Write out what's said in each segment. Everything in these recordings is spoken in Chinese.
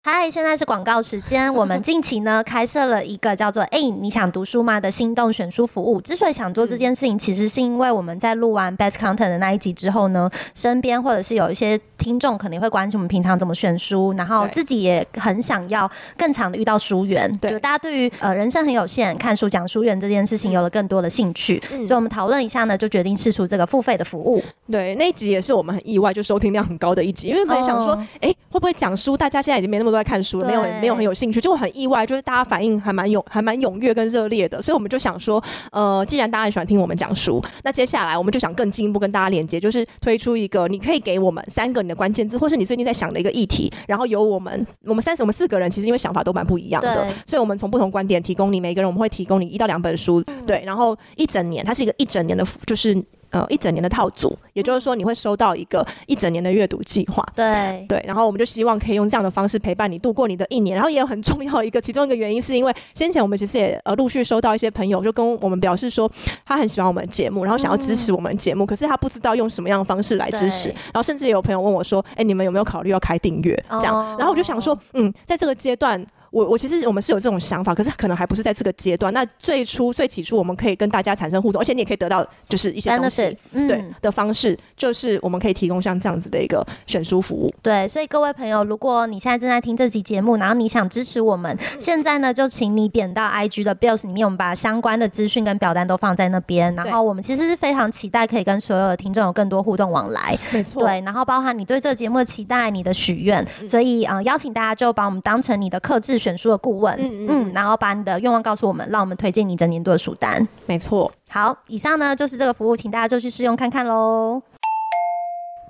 嗨，现在是广告时间。我们近期呢开设了一个叫做“哎、你想读书吗”的心动选书服务。之所以想嗯做这件事情，其实是因为我们在录完 Best Content 的那一集之后呢，身边或者是有一些听众可能会关心我们平常怎么选书，然后对自己也很想要更常的遇到书缘。对就大家对于呃人生很有限，看书讲书缘这件事情有了更多的兴趣，嗯所以我们讨论一下呢，就决定试出这个付费的服务。对，那一集也是我们很意外，就收听量很高的一集，因为本来想说哦，哎、会不会讲书？大家现在已经没那么多在看书了，没有对没有很有兴趣，就很意外，就是大家反应还蛮踊还蛮踊跃跟热烈的，所以我们就想说，呃，既然大家也喜欢听我们讲书，那接下来我们就想更进一步跟大家连接，就是推出一个你可以给我们三个你的关键字，或是你最近在想的一个议题，然后由我们我们三我们四个人其实因为想法都蛮不一样的对，所以我们从不同观点提供你每个人，我们会提供你一到两本书，嗯对，然后一整年，它是一个一整年的，就是呃一整年的套组，也就是说你会收到一个一整年的阅读计划。对，对，然后我们就希望可以用这样的方式陪伴你度过你的一年。然后也有很重要一个，其中一个原因是因为先前我们其实也呃陆续收到一些朋友就跟我们表示说，他很喜欢我们节目，然后想要支持我们节目，可是他不知道用什么样的方式来支持嗯对。然后甚至也有朋友问我说，哎，你们有没有考虑要开订阅？这样，哦然后我就想说，嗯，在这个阶段。我我其实我们是有这种想法，可是可能还不是在这个阶段。那最初最起初，我们可以跟大家产生互动，而且你也可以得到就是一些东西 Benefits，嗯对的方式，就是我们可以提供像这样子的一个选书服务。对，所以各位朋友，如果你现在正在听这期节目，然后你想支持我们，现在呢就请你点到 IG 的 Bills 里面，我们把相关的资讯跟表单都放在那边。然后我们其实是非常期待可以跟所有的听众有更多互动往来，没错对，然后包含你对这个节目的期待、你的许愿，所以呃邀请大家就把我们当成你的克制选书的顾问，嗯然后把你的愿望告诉我们，让我们推荐你整年度的书单。没错，好，以上呢就是这个服务，请大家就去试用看看喽。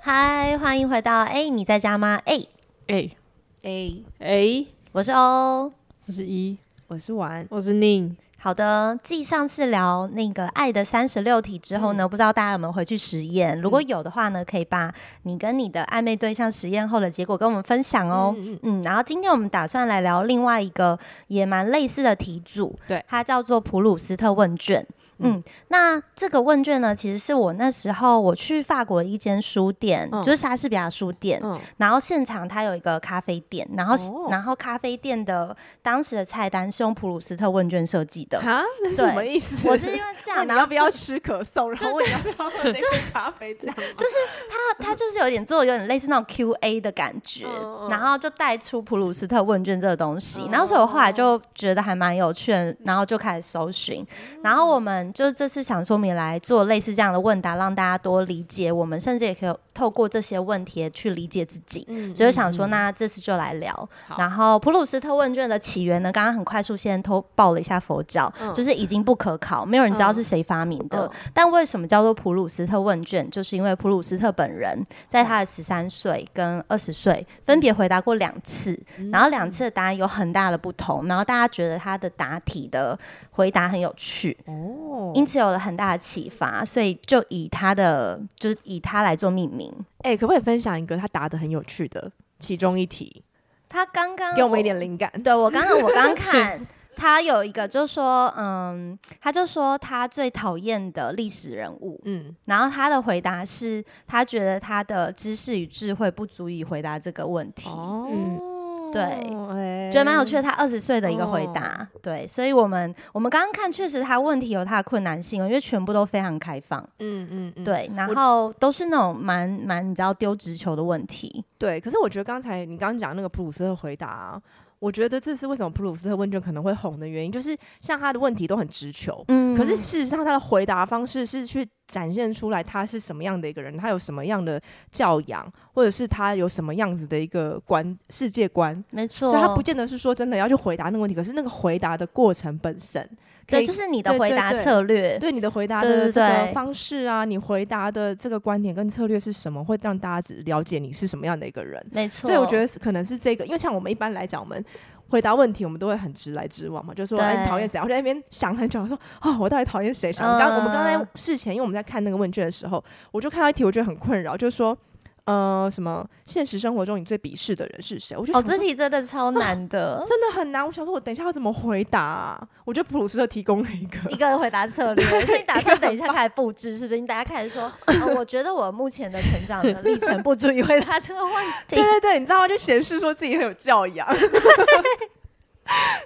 嗨，欢迎回到哎、你在家吗？哎、哎 A，哎，我是欧。我是一，我是玩，我是宁，好的，继上次聊那个《爱的三十六题》之后呢，不知道大家有没有回去实验？如果有的话呢，可以把你跟你的暧昧对象实验后的结果跟我们分享哦。嗯然后今天我们打算来聊另外一个也蛮类似的题组，对，它叫做普鲁斯特问卷。嗯，那这个问卷呢，其实是我那时候我去法国一间书店，嗯就是莎士比亚书店，嗯然后现场它有一个咖啡店，然后、哦然后咖啡店的当时的菜单是用普鲁斯特问卷设计的。啊，那是对什么意思？我是因为这 样，那你然后要不要吃可颂？然后我也要不要喝这杯咖啡？这样 吗它它就是有点做有点类似那种 Q A 的感觉，嗯嗯然后就带出普鲁斯特问卷这个东西。哦然后所以我后来就觉得还蛮有趣的，然后就开始搜寻。然后我们就是这次想说明来做类似这样的问答，让大家多理解我们，甚至也可以透过这些问题去理解自己。嗯所以我想说，那这次就来聊。然后普鲁斯特问卷的起源呢，刚刚很快速先偷报了一下佛教，嗯就是已经不可考，没有人知道是谁发明的。呃但为什么叫做普鲁斯特问卷？就是因为普鲁斯特本人在他的十三岁跟二十岁分别回答过两次，嗯然后两次的答案有很大的不同，然后大家觉得他的答题的回答很有趣，哦，因此有了很大的启发，所以就以他的就是以他来做命名。哎，可不可以分享一个他答的很有趣的其中一题，他刚嗯刚给我们一点灵感。对我刚刚我 刚看他有一个，就是说，嗯，他就说他最讨厌的历史人物，嗯，然后他的回答是他觉得他的知识与智慧不足以回答这个问题。哦嗯对哎对觉得蛮有趣的，他二十岁的一个回答，哦对，所以我们我们刚刚看，确实他问题有他的困难性哦，因为全部都非常开放，嗯嗯嗯，对，然后都是那种蛮蛮你知道丢直球的问题，对。可是我觉得刚才你刚刚讲那个普鲁斯特回答啊、我觉得这是为什么普鲁斯特问卷可能会红的原因，就是像他的问题都很直球，嗯可是事实上，他的回答方式是去展现出来他是什么样的一个人，他有什么样的教养，或者是他有什么样子的一个观世界观。没错，所以他不见得是说真的要去回答那个问题，可是那个回答的过程本身，可对，以就是你的对回对答对策略，对你的回答对对的这个对方式啊，你回答的这个观点跟策略是什么，会让大家只了解你是什么样的一个人。没错，所以我觉得是可能是这个，因为像我们一般来讲，我们回答问题我们都会很直来直往嘛，就是说对哎你讨厌谁，然后就在那边想很久，说哦我到底讨厌谁？想刚、嗯我们刚才事前，因为我们在看那个问卷的时候，我就看到一题，我觉得很困扰，就是说。呃什么现实生活中你最鄙视的人是谁？我就哦，想说、这题真的超难的，真的很难。我想说，我等一下要怎么回答啊、我觉得普鲁斯特提供了一个一个回答策略，所以你打算等一下开始布置，是不是？你等一下开始说，呃我觉得我目前的成长的历程不足以回答这个问题对。对对，你知道吗？就显示说自己很有 教养。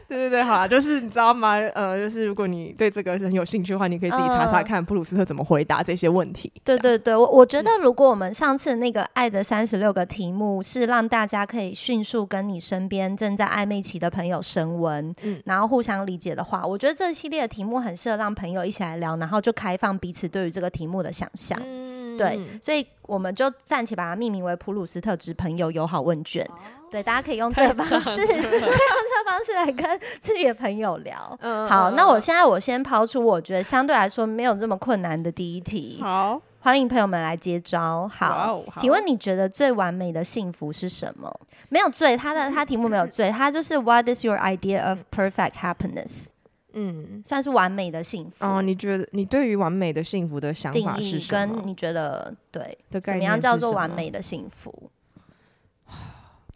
对对对，好啦，就是你知道吗？呃，就是如果你对这个很有兴趣的话，你可以自己查查嗯看普鲁斯特怎么回答这些问题。对对对，我我觉得如果我们上次那个《爱的三十六个题目》是让大家可以迅速跟你身边正在暧昧期的朋友升温，嗯然后互相理解的话，我觉得这系列的题目很适合让朋友一起来聊，然后就开放彼此对于这个题目的想象。嗯对，所以我们就暂且把它命名为普鲁斯特之朋友友好问卷。哦对，大家可以用这个方式，太长了 对，用这个方式来跟自己的朋友聊。嗯好，那我现在我先抛出我觉得相对来说没有这么困难的第一题，好，欢迎朋友们来接招。哇好哦，好请问你觉得最完美的幸福是什么？没有最，它的它题目没有最，它就是 What is your idea of perfect happiness？嗯，算是完美的幸福。哦，你觉得你对于完美的幸福的想定法是义什么跟你觉得对的怎概么念样叫做是什完么？美的幸福？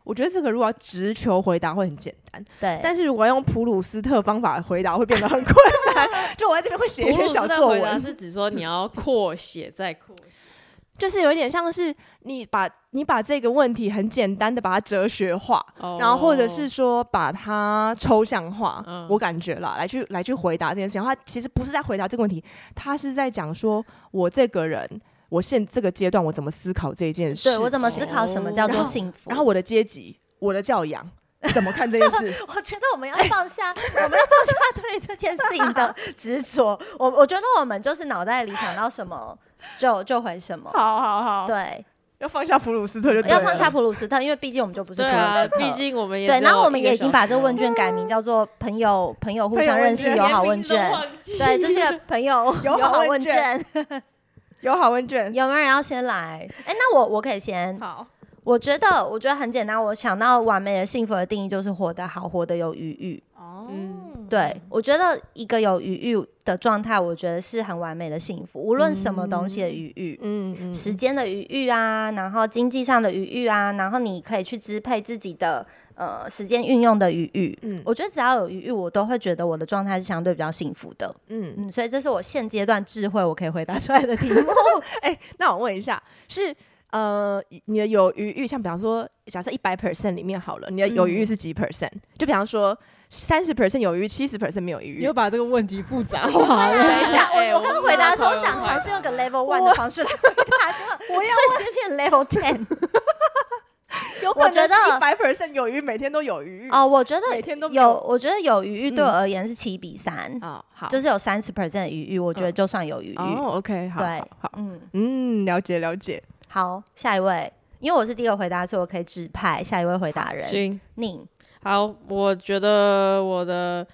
我觉得这个如果要直球回答会很简单，对，但是如果要用普鲁斯特方法回答会变得很困 难。就我在这边会写一普篇鲁小斯作的文回，答是指说你要扩写再扩 写，就是有一点像是你把你把这个问题很简单的把它哲学化，哦然后或者是说把它抽象化，嗯我感觉啦，来去来去回答这件事情。他其实不是在回答这个问题，他是在讲说我这个人，我现这个阶段我怎么思考这件事对情，我怎么思考什么叫做幸福？然后我的阶级，我的教养。怎么看这件事？ 我觉得我们要放下，我们要放下对于这件事情的执着。我我觉得我们就是脑袋里想到什么就就回什么。好好好，对，要放下普鲁斯特就对要了放下普鲁斯特，因为毕竟我们就不是普对鲁斯啊，特。毕竟我们也对，只然后有我们一个也已经小把时啊这个问卷改名叫做“朋友朋友互相认识朋友好友问卷连问名字都卷忘”。记对，这 是朋友友好问问卷卷。友好问 卷。有没有人要先来？哎，那我我可以先。好，我觉得我觉得很简单，我想到完美的幸福的定义就是活得好，活得有余裕。哦嗯对，我觉得一个有余裕的状态，我觉得是很完美的幸福，无论什么东西的余裕。嗯嗯时间的余裕啊，然后经济上的余裕啊，然后你可以去支配自己的呃时间运用的余裕。嗯我觉得只要有余裕，我都会觉得我的状态是相对比较幸福的。嗯嗯，所以这是我现阶段智慧我可以回答出来的题 目。哎那我问一下，是呃，以你的有余裕，像比方说，假设一百 percent 里面好了，你的有嗯余裕是几 percent？、就比方说三十 percent 有余裕，七十 percent 没有余你裕又。把这个问题复杂化了。等一下，哎我我刚回答的时候们想尝试用个 level one 我的方式来回 答，结果瞬间 变 level ten。有我觉得一百 percent 有余，每天都有余裕。哦，我觉得每天都没有有，我觉得有余裕对我嗯而言是七比三、哦，好，就是有三十 percent 的余裕，我觉嗯得就算有余裕。哦，OK，好，对好，好，嗯，嗯，了解了解。好，下一位，因为我是第一个回答，所以我可以指派下一位回答人。行，宁，好，我觉得我的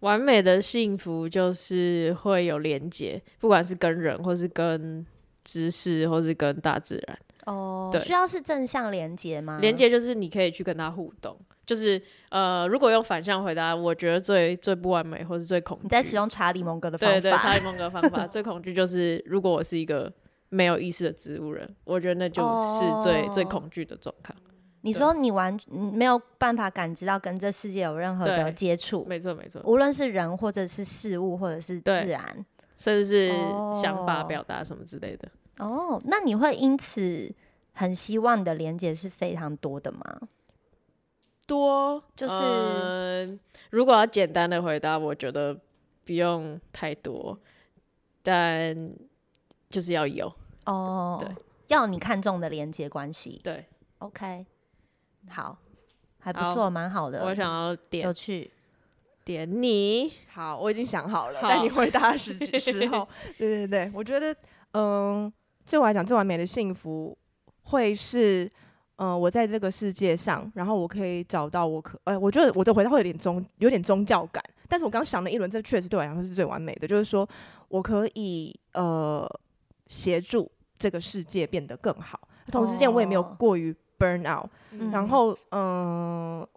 完美的幸福就是会有连接，不管是跟人，或是跟知识，或是跟大自然。哦对需要是正向连接吗？连，接就是你可以去跟他互动，就是呃，如果用反向回答，我觉得最最不完美，或是最恐你惧。在使用查理蒙格的方法。对对，查理蒙格方 法最恐惧就是，如果我是一个没有意识的植物人，我觉得那就是最、最哦恐惧的状态。你说你完你没有办法感知到跟这世界有任何的对接触，没错没错，无论是人或者是事物或者是自对然。甚至是想法哦表达什么之类的。哦，那你会因此很希望你的连接是非常多的吗？多，就是呃如果要简单的回答，我觉得不用太多，但就是要有哦，对，要你看重的连接关系。对。 OK，好，还不好错，蛮好的。我想要有点趣。点你，好，我已经想好了，好但你回答的时时候，对对对，我觉得，嗯，对我来讲，最完美的幸福会是，嗯，我在这个世界上，然后我可以找到我可，呃，我觉得我的回答会有点宗，有点宗教感，但是我刚想了一轮，这确实对我来讲是最完美的，就是说我可以，呃，协助这个世界变得更好，同时间我也没有哦过于 burn out，嗯然后嗯、呃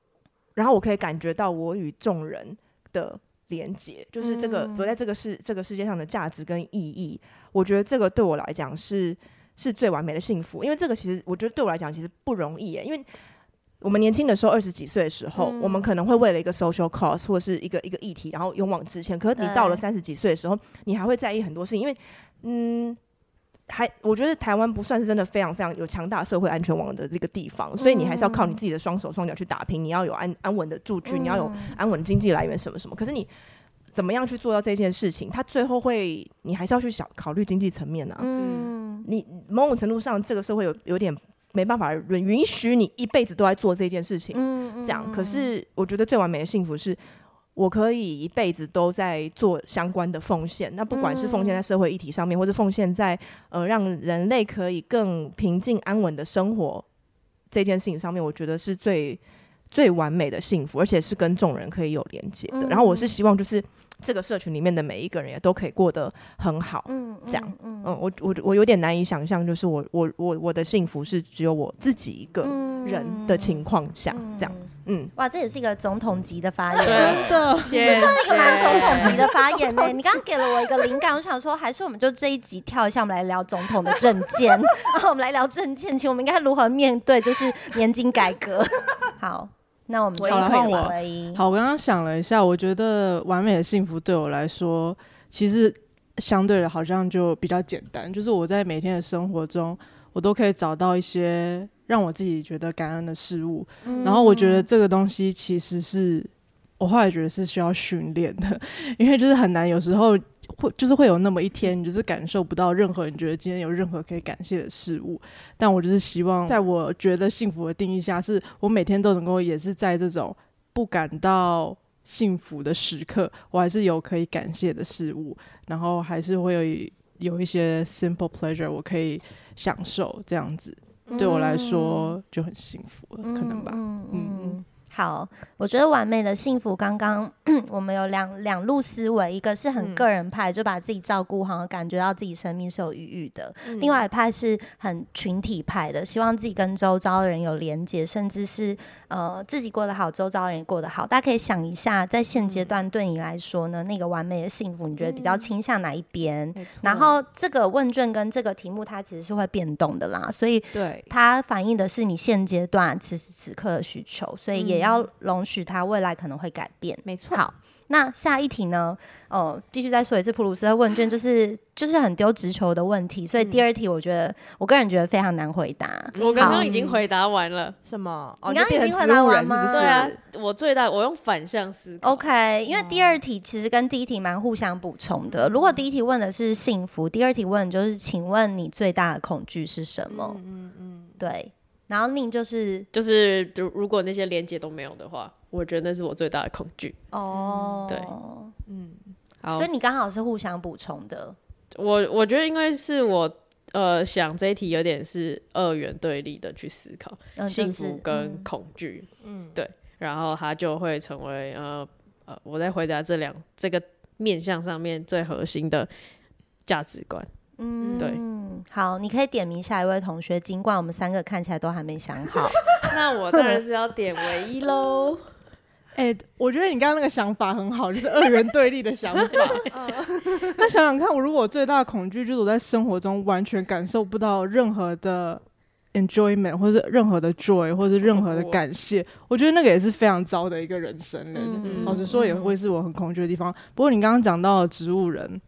然后我可以感觉到我与众人的连接，就是这个嗯我在这个世这个世界上的价值跟意义。我觉得这个对我来讲是是最完美的幸福？因为这个其实我觉得对我来讲其实不容易耶，因为我们年轻的时候，二十几岁的时候，嗯我们可能会为了一个 social cause 或是一个一个议题，然后勇往直前。可是你对到了三十几岁的时候，你还会在意很多事情，因为嗯。还我觉得台湾不算是真的非常非常有强大社会安全网的这个地方，所以你还是要靠你自己的双手双脚去打拼。你要有安安稳的住居，你要有安稳的经济来源什么什么。可是你怎么样去做到这件事情？他最后会，你还是要去想考虑经济层面啊。嗯，你某种程度上，这个社会有有点没办法允允许你一辈子都在做这件事情。嗯这样，可是我觉得最完美的幸福是。我可以一辈子都在做相关的奉献，那不管是奉嗯献在社会议题上面，或是奉献在呃让人类可以更平静安稳的生活这件事情上面，我觉得是最最完美的幸福，而且是跟众人可以有连接的。嗯然后我是希望就是这个社群里面的每一个人也都可以过得很好。嗯这样，嗯嗯，我我我有点难以想象，就是我我我我的幸福是只有我自己一个嗯人的情况下、这样，。嗯嗯。哇，这也是一个总统级的发 言，真的，这算这个蛮总统级的发言呢、你刚刚给了我一个灵感，我想说，还是我们就这一集跳一下，我们来聊总统的政见。 然后我们来聊政见，其实我们应该如何面对就是年金改革。 好，那我们就好了换我回嗯一。好，我刚刚想了一下，我觉得完美的幸福对我来说，其实相对的好像就比较简单，就是我在每天的生活中，我都可以找到一些让我自己觉得感恩的事物，然后我觉得这个东西其实是。我后来觉得是需要训练的， 因为就是很难，有时候会就是会有那么一天，你就是感受不到任何你觉得今天有任何可以感谢的事物。但我就是希望，在我觉得幸福的定义下，是我每天都能够也是在这种不感到幸福的时刻，我还是有可以感谢的事物，然后还是会有一有一些 simple pleasure 我可以享受，这样子对我来说就很幸福了，可能吧。嗯嗯嗯。好，我觉得完美的幸福，刚刚 我们有两两路思维，一个是很嗯个人派，就把自己照顾好，感觉到自己生命是有余裕的；，嗯另外一派是很群体派的，希望自己跟周遭的人有连接，甚至是呃自己过得好，周遭人也过得好。大家可以想一下，在现嗯阶段对你来说呢，那个完美的幸福，你觉得比较倾向哪一边？嗯然后这个问卷跟这个题目，它其实是会变动的啦，所以对，它反映的是你现阶段此时此刻的需求，所以也要容许它未来可能会改变。没错好，那下一题呢？哦，继续再说一次，普鲁斯特问卷 就是就是很丢直球的问题，所以第二题我觉得、我个人觉得非常难回答。我刚好刚已经回答完了。什么？哦，你刚刚就变已经成回植答物完人是吗不是？对啊，我最大我用反向思考。 OK，因为第二题其实跟第一题蛮互相补充的。如果第一题问的是幸福，第二题问的就是请问你最大的恐惧是什么？嗯嗯嗯，对。然后宁就是就是如如果那些连接都没有的话，我觉得那是我最大的恐惧。嗯哦，对好所以，你刚好是互相补充的，我我觉得因为是我呃想这一题有点是二元对立的去思考，嗯，幸就是福跟嗯恐惧，嗯，对，然后它就会成为呃呃我在回答这两这个面向上面最核心的价值观。嗯对嗯，好，你可以点名下一位同学，尽管我们三个看起来都还没想好。 那我当然是要点唯一喽。哎、我觉得你刚刚那个想法很好，就是二元对立的想法。 那想想看，我如果最大的恐惧就是我在生活中完全感受不到任何的 enjoyment，或是任何的 joy，或是任何的感谢，我觉得那个也是非常糟的一个人生嘞。嗯老实说，也会是我很恐惧的地方。不过你刚刚讲到的植物人，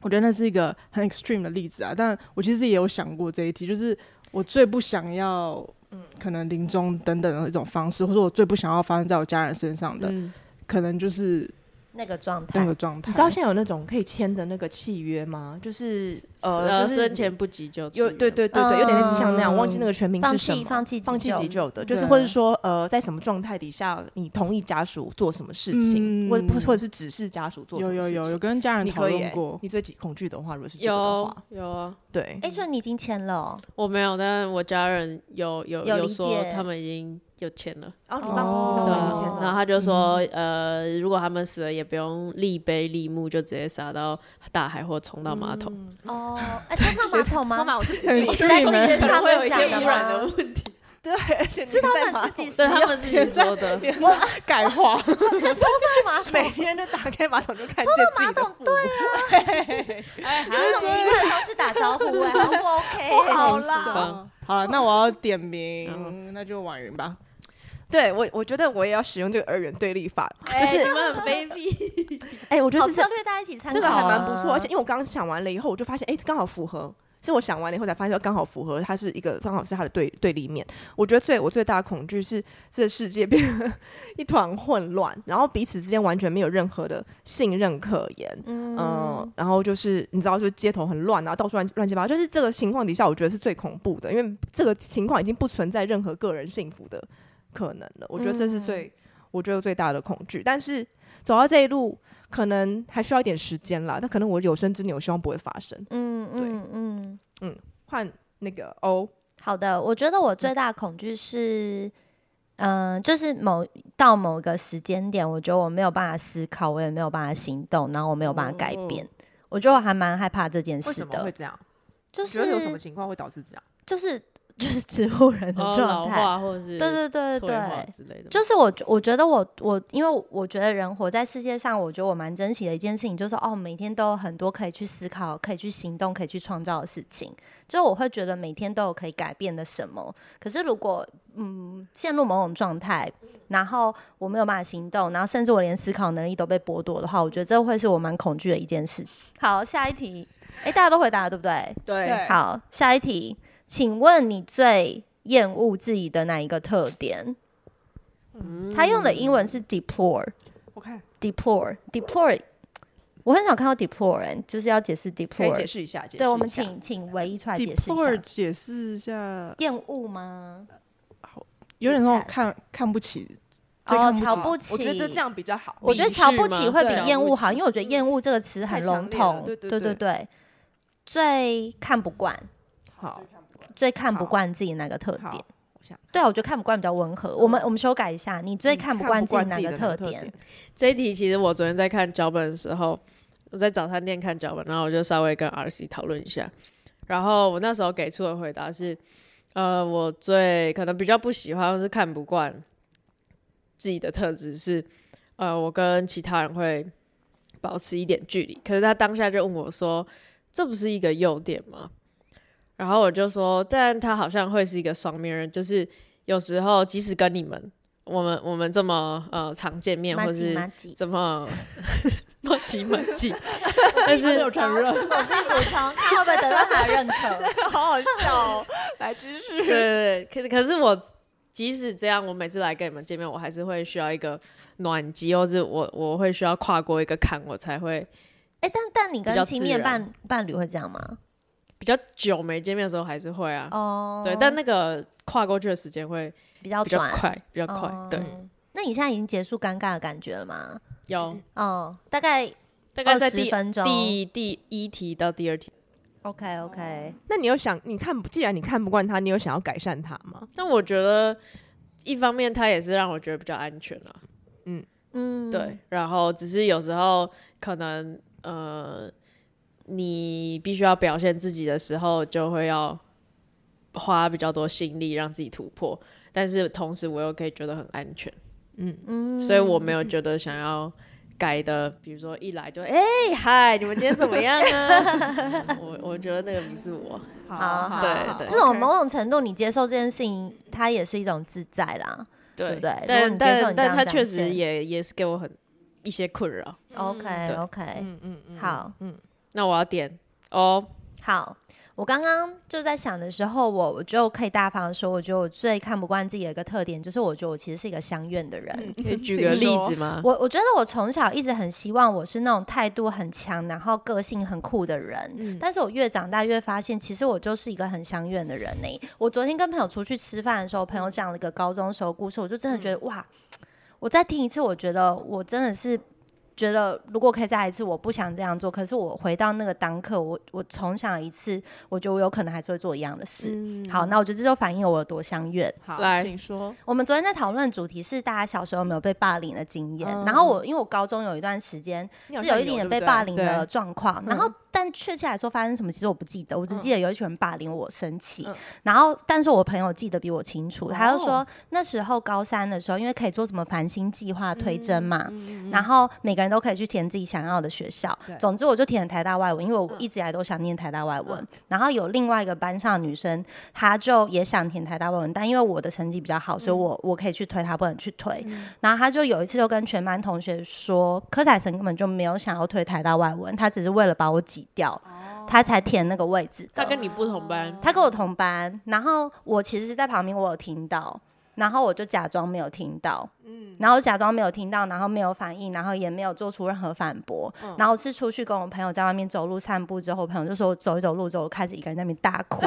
我觉得那是一个很 extreme 的例子啊。但我其实也有想过这一题，就是我最不想要。嗯可能临终等等的一种方式，或者我最不想要发生在我家人身上的，嗯，可能就是那个状态那，个状态。你知道现在有那种可以签的那个契约吗？就是呃，就是生前不急救之有源对对对对，有点类似像那样，嗯忘记那个全名放是什弃么，放弃放弃急救，救的，就是对或者说呃，在什么状态底下你同意家属做什么事情，嗯或或者是指示家属做什有么事有情。有有跟家人你讨可以论欸、过，你最恐惧的话，如果是这个的有话，有啊，对，哎，所以你已经签了哦，我没有，但我家人有有有理说解他们已经有钱了，然后你帮哦你对帮啊忙签哦然后了，他就说，呃，如果他们死了，也不用立碑立墓，就直接撒到大海或冲到马桶。哦，哎，冲到马桶吗？妈妈，我是 你在跟你是他会们有一讲些的污染的吗？问题，对，而且是他们自己 对 使他用，们自己说的，我改话， 全冲到马 每桶，天就打开马桶就看冲到见自马己的桶，对啊，哎，用那种奇怪的方式打招呼，哎，很不 OK，不好很啦。嗯棒好了，那我要点名，那就婉云吧。对我，我觉得我也要使用这个二元对立法，哎就是你们很卑鄙，哎，我觉好得是策略大家一起参考这啊，个还蛮不错，而且因为我刚想完了以后，我就发现，哎、刚好符合。是我想完了以后才发现，刚好符合，它是一个刚好是它的对对立面。我觉得最我最大的恐惧是这世界变得 一团混乱，然后彼此之间完全没有任何的信任可言。嗯、嗯，然后就是你知道，就是街头很乱啊，到处乱乱七八糟。就是这个情况底下，我觉得是最恐怖的，因为这个情况已经不存在任何个人幸福的可能了。我觉得这是最、我觉得最大的恐惧。但是走到这一路，可能还需要一点时间啦。但可能我有生之年，我希望不会发生。嗯嗯嗯。换那个哦 O，好的，我觉得我最大的恐惧是，嗯、就是某到某个时间点，我觉得我没有办法思考，我也没有办法行动，然后我没有办法改变。我觉得我还蛮害怕这件事的，这样？就你是情况会导致这样？就是就是植物人的哦老状态，化或者是对对对退化对，之类的，就是我觉我觉得我我因为我觉得人活在世界上，我觉得我蛮珍惜的一件事情，就是哦，每天都有很多可以去思考、可以去行动、可以去创造的事情。就是我会觉得每天都有可以改变的什么。可是如果嗯陷入某种状态，然后我没有办法行动，然后甚至我连思考能力都被剥夺的话，我觉得这会是我蛮恐惧的一件事。好，下一题，哎、大家都回答了对不对？对，好，下一题，请问你最厌恶自己的哪一个特点？嗯他用的英文是 deplore，deplore，deplore，、我看 deplore 我很少看到 deplore，、欸、就是要解释 deplore。释一下，解对，我们请请唯一出来解释一 Deport 下，解释一下，厌恶吗？有点那种看看不起，最哦，看不起瞧不起。我觉得这，样比较好。我觉得瞧不鄙视起吗会比对厌恶瞧好，不起因为我觉得厌恶这个词很太笼强烈了统。对对对对对，最看不惯，好，最看不好惯自己哪个特点？好，对啊，我觉得看不惯比较温和。我们我们修改一下，你嗯最嗯看不惯自己哪个特点？点？这一题其实我昨天在看脚本的时候，我在早餐店看脚本，然后我就稍微跟 RC 讨论一下，然后我那时候给出的回答是，呃，我最可能比较不喜欢或是看不惯自己的特质是，呃，我跟其他人会保持一点距离。可是他当下就问我说，这不是一个优点吗？然后我就说，但他好像会是一个双面人，就是有时候即使跟你们。我们我们这么呃常见面，麻或吉是麻吉，怎么默契默契？但是承认， 我自己补充，看会不会得到他的认 可？好好笑哦！来继续。对对对，可是可是我即使这样，我每次来跟你们见面，我还是会需要一个暖机，或是我我会需要跨过一个坎，我才会 哎，但但你比较跟自亲密的然伴伴侣会这样吗？比较久没见面的时候还是会啊，哦，对，但那个跨过去的时间会比较比较短，快，比较快，哦对，。那你现在已经结束尴尬的感觉了吗？有哦，大概大概二在十第分钟。第第一题到第二题， OK OK，那你有想，你看不，既然你看不惯他，你有想要改善他吗？但我觉得一方面它也是让我觉得比较安全啊，嗯，对，，然后只是有时候可能呃，你必须要表现自己的时候，就会要花比较多心力让自己突破，但是同时我又可以觉得很安全，嗯所以我没有觉得想要改的，比如说一来就哎嗨，你们今天怎么样啊？ 我我觉得那个不是我，好好对好 对这种某种程度你接受这件事情，它也是一种自在啦。对对不对如果你但接受你但这但样他展确实现也也是给我很一些困扰。 OK 对 OK，嗯嗯嗯哎好。那我要点哦，好，我刚刚就在想的时候，我我就可以大方地说，我觉得我最看不惯自己的一个特点，就是我觉得我其实是一个相怨的人。可以举个请例说子吗？我我觉得我从小一直很希望我是那种态度很强，然后个性很酷的人。但是我越长大越发现，其实我就是一个很相怨的人呢、我昨天跟朋友出去吃饭的时候，朋友讲了一个高中时候的故事，我就真的觉得、哇，我再听一次，我觉得我真的是觉得，如果可以再来一次，我不想这样做。可是我回到那个当刻，我我重想一次，我觉得我有可能还是会做一样的事。嗯好，那我觉得这就反映了我有多相怨。好来请说。我们昨天在讨论主题是大家小时候有没有被霸凌的经验，嗯然后我因为我高中有一段时间你好是像有一点点被对不对嗯霸凌的对状况，然后但确切来说发生什么，其实我不记得，嗯我只记得有一群人霸凌我生气，然后但是我朋友记得比我清楚，他就哦说那时候高三的时候，因为可以做什么繁星计嗯划推甄嘛，然后每个人都可以去填自己想要的学校对。总之我就填了台大外文，因为嗯我一直以来都想念台大外文。然后有另外一个班上的女生，她就也想填台大外文，但因为我的成绩比较好，所以我我可以去推，她不能去推。然后她就有一次就跟全班同学说，柯采岑根本就没有想要推台大外文，她只是为了把我挤掉，她才填那个位置的。他跟你不同班，他跟我同班，然后我其实是在旁边，我有听到，然后我就假装没有听到，嗯，然后假装没有听到，然后没有反应，然后也没有做出任何反驳，然后是出去跟我朋友在外面走路散步之后，我朋友就说我走一走路之后，我开始一个人在那边大哭，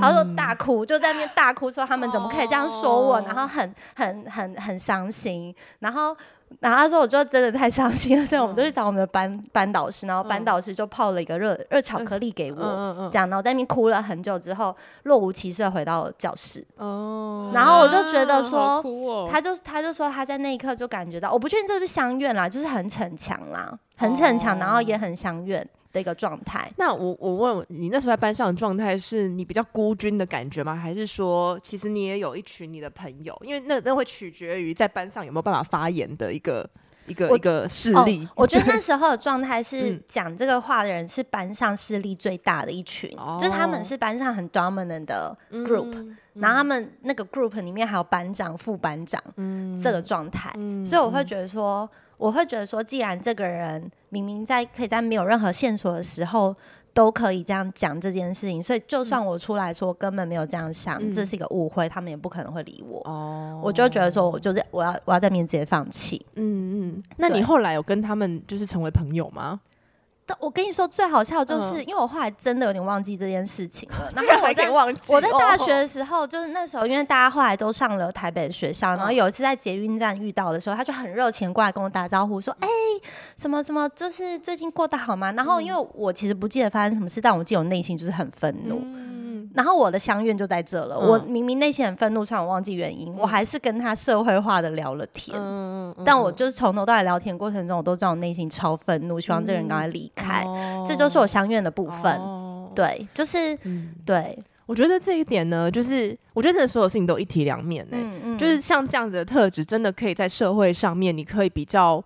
他说大哭，就在那边大哭，说他们怎么可以这样说我，然后很很很很伤心，然后。然后他说：“我就真的太伤心了，所以我们就去找我们的班班导师，然后班导师就泡了一个热热巧克力给我，嗯嗯，讲，然后在那边哭了很久之后，若无其事的回到教室。哦，然后我就觉得啊好说，酷哦他就他就说他在那一刻就感觉到，我不确定这是不是相怨啦，就是很逞强哦啦，很逞强，然后也很相怨的一个状态。那我我问你，那时候在班上的状态是你比较孤军的感觉吗？还是说其实你也有一群你的朋友？因为那那会取决于在班上有没有办法发言的一 个一个我一个势哦力。我觉得那时候的状态 是嗯讲这个话的人是班上势力最大的一群，哦就是他们是班上很 dominant 的嗯 group，、然后他们那个 group 里面还有班长、副班长、这个状态，所以我会觉得说，我会觉得说，既然这个人明明在可以在没有任何线索的时候。都可以这样讲这件事情，所以就算我出来说根本没有这样想，这是一个误会，他们也不可能会理我。哦我就觉得说，我就是我要我要在面直接放弃。嗯嗯，那你对后来有跟他们就是成为朋友吗？但我跟你说，最好笑的就是、因嗯为我后来真的有点忘记这件事情 了。然居然后还我可以在忘记我在大学哦的时候，就是那时候，因为大家后来都上了台北的学校，嗯然后有一次在捷运站遇到的时候，他就很热情过来跟我打招呼，说：“嗯哎、什么什么，就是最近过得好吗？”然后因嗯为我其实不记得发生什么事，但我记得我内心就是很愤怒。然后我的相怨就在这了，嗯我明明内心很愤怒，虽然我忘记原因，我还是跟他社会化的聊了天。嗯，嗯但我就是从头到尾聊天过程中，我都知道我内心超愤怒，希望这个人赶快离开。这就是我相怨的部分。嗯哦对，就是、嗯对，我觉得这一点呢，就是我觉得真的所有事情都一体两面呢、嗯嗯，就是像这样子的特质，真的可以在社会上面，你可以比较，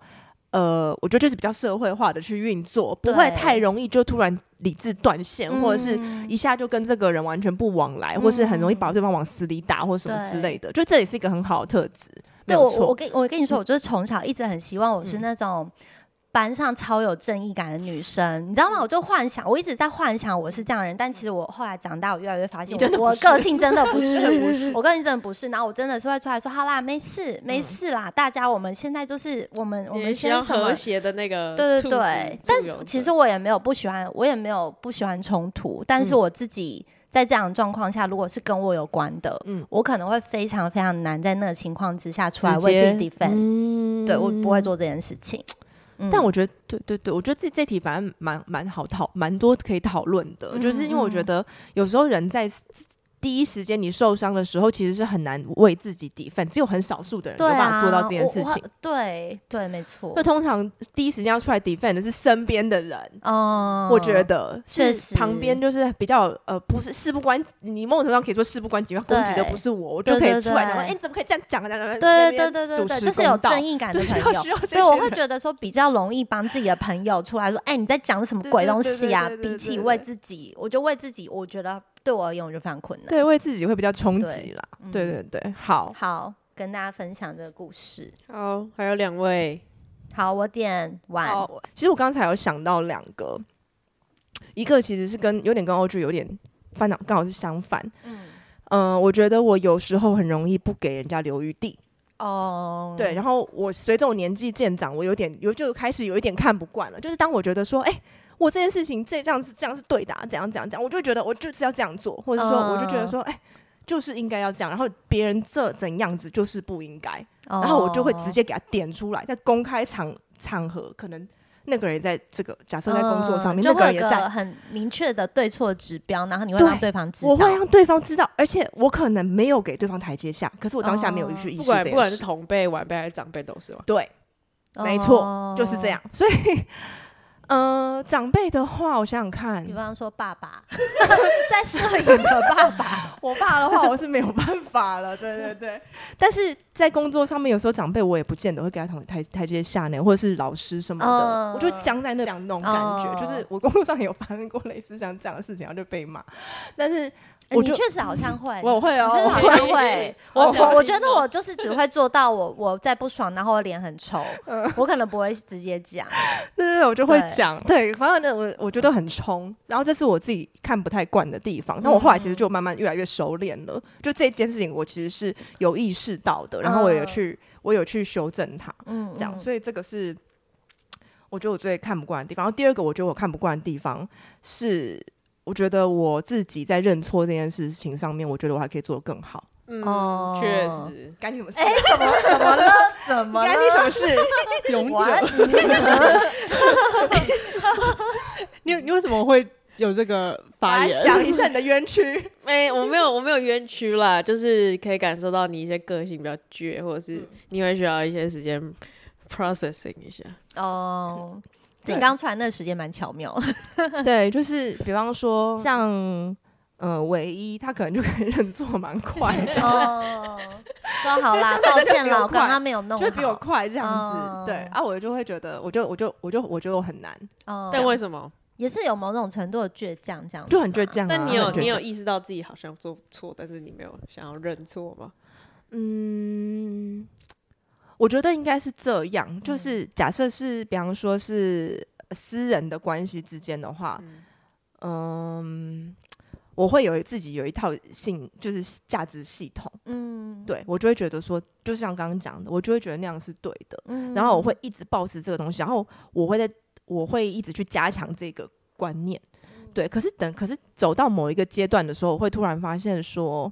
呃，我觉得就是比较社会化的去运作，不对会太容易就突然理智断线，或者是嗯一下就跟这个人完全不往来，或是很容易把对方往死里打或什么之类的。就这也是一个很好的特质，对没有我我我错。嗯跟我跟你说，我就是从小一直很希望我是那种。班上超有正义感的女生，你知道嗯吗？我就幻想，我一直在幻想我是这样的人，但其实我后来长大，我越来越发现你真的我，不我是个性真的不 是，我个性真的不是。然后我真的是会出来说，好啦，没事，嗯没事啦，大家我们现在就是我们我我们们先先什么和谐的那呃个对促对使对，助但有是者其实我也没有不喜欢，我也没有不喜欢冲突，但是嗯我自己在这样的状况下，如果是跟我有关的，嗯我可能会非常非常难在那个情况之下出来直接为自己 defend，、嗯对我不会做这件事情。嗯但我觉得，对对对，我觉得这这题反正蛮蛮好讨，蛮多可以讨论的。嗯就是因为我觉嗯得有时候人在 s- 第一时间你受伤的时候，其实是很难为自己抵反，只有很少数的人有对办啊，法做到这件我事我情。对对，没错那。通常第一时间要出来 defend 的是身边的人，哦我觉得确是旁边实就是比较呃，不是事不关，你某种程度上可以说事不关己，要攻击的对不是我，我对就可以对出来对讲，哎，你怎么可以这样讲啊？讲讲对 对对对主对，持就是有公道正义感的对朋要友需要这。对，我些会人觉得说比较容易帮自己的朋友出来说，哎，你在讲什么对鬼对东对西对啊？对对比对起对为自己，我觉得为自己，我觉得对我而言我就非常困难。对为自己会比较冲对击啦。嗯对对对，好，好，跟大家分享这个故事。好，还有两位，好，我点完。好，其实我刚才有想到两个，一个其实是跟有点跟 OG 有点翻到，刚好是相反。嗯，嗯、我觉得我有时候很容易不给人家留余地，哦，对。，然后我随着我年纪渐长，我有点有就开始有一点看不惯了，就是当我觉得说，哎、我这件事情这这样子这样是对的啊、怎样怎样怎样，我就觉得我就是要这样做，或者说我就觉得说，哎、就是应该要这样，然后别人这怎样子就是不应该，哦然后我就会直。接给他点出来，在公开场场合，可能那个人也在这个假设在工作上面，嗯哦就那会有个人也一个在，很明确的对错指标，然后你会对让对方知道。我会让对方知道，而且我可能没有给对方台阶下，可是我当下哦没有去意不识这管件不管事是同辈、晚辈还是长辈都是嘛。对，哦没错，就是这样。所以， 呃，长辈的话，我想想看比，方说爸爸， 在摄影的爸爸， 我爸 的话，我是没有办法了。对对对，但是在工作上面，有时候长辈我也不见得会给他同台台阶下呢，或者是老师什么的，嗯我就僵在那两那种感觉。哦就是我工作上有发生过类似像这样的事情，然后就被骂。但是哎你我就确实好像会，我会哦，我就是好 我像会，我我我我觉得我就是只会做到我我在不爽，然后我脸很臭，嗯我可能不会直接 讲，对对对，我就会对讲。对，反正呢，我我觉得很冲。然后这是我自己看不太惯的地方，但我后来其嗯实就慢慢越来越熟练了。就这件事情，我其实是有意识到的，然后我有嗯去，我有去修正它。嗯，这样，嗯所以这个是我觉得我最看不惯的地方。然后第二个，我觉得我看不惯的地方是，我觉得我自己在认错这件事情上面，我觉得我还可以做得更好。哦嗯，确实，干你什么事？ 哎，怎么啊怎么了？怎么了？干你什么 事？永久。完你你为什么会有这个发言来？讲一 下你的冤屈。没，哎我没有，我没有冤屈啦，就是可以感受到你一些个性比较倔，或者是你会需要一些时间 processing 一下。 哦，自己啊对刚出来那个时间蛮巧妙的， 对，就是比方说像。嗯，唯一他可能就可以认错蛮快的， 哦，说好啦，就是抱歉就比我啦，我刚快刚没有弄就比我好，快这样子。哦对啊，我就会觉得，我就我就我就我觉得我很难，哦但为什么？也是有某种程度的倔强，这样就子很倔吧。强、啊。但你有很倔你有强意识到自己好像做错，但是你没有想要认错吗？嗯，我觉得应该是这样，就是假设是，比方说是私人的关系之间的话，嗯。我会有自己有一套性，就是价值系统，嗯，对我就会觉得说，就像刚刚讲的，我就会觉得那样是对的，嗯然后我会一直保持这个东西，然后我会在我会一直去加强这个观念，嗯对。可是等可是走到某一个阶段的时候，我会突然发现说，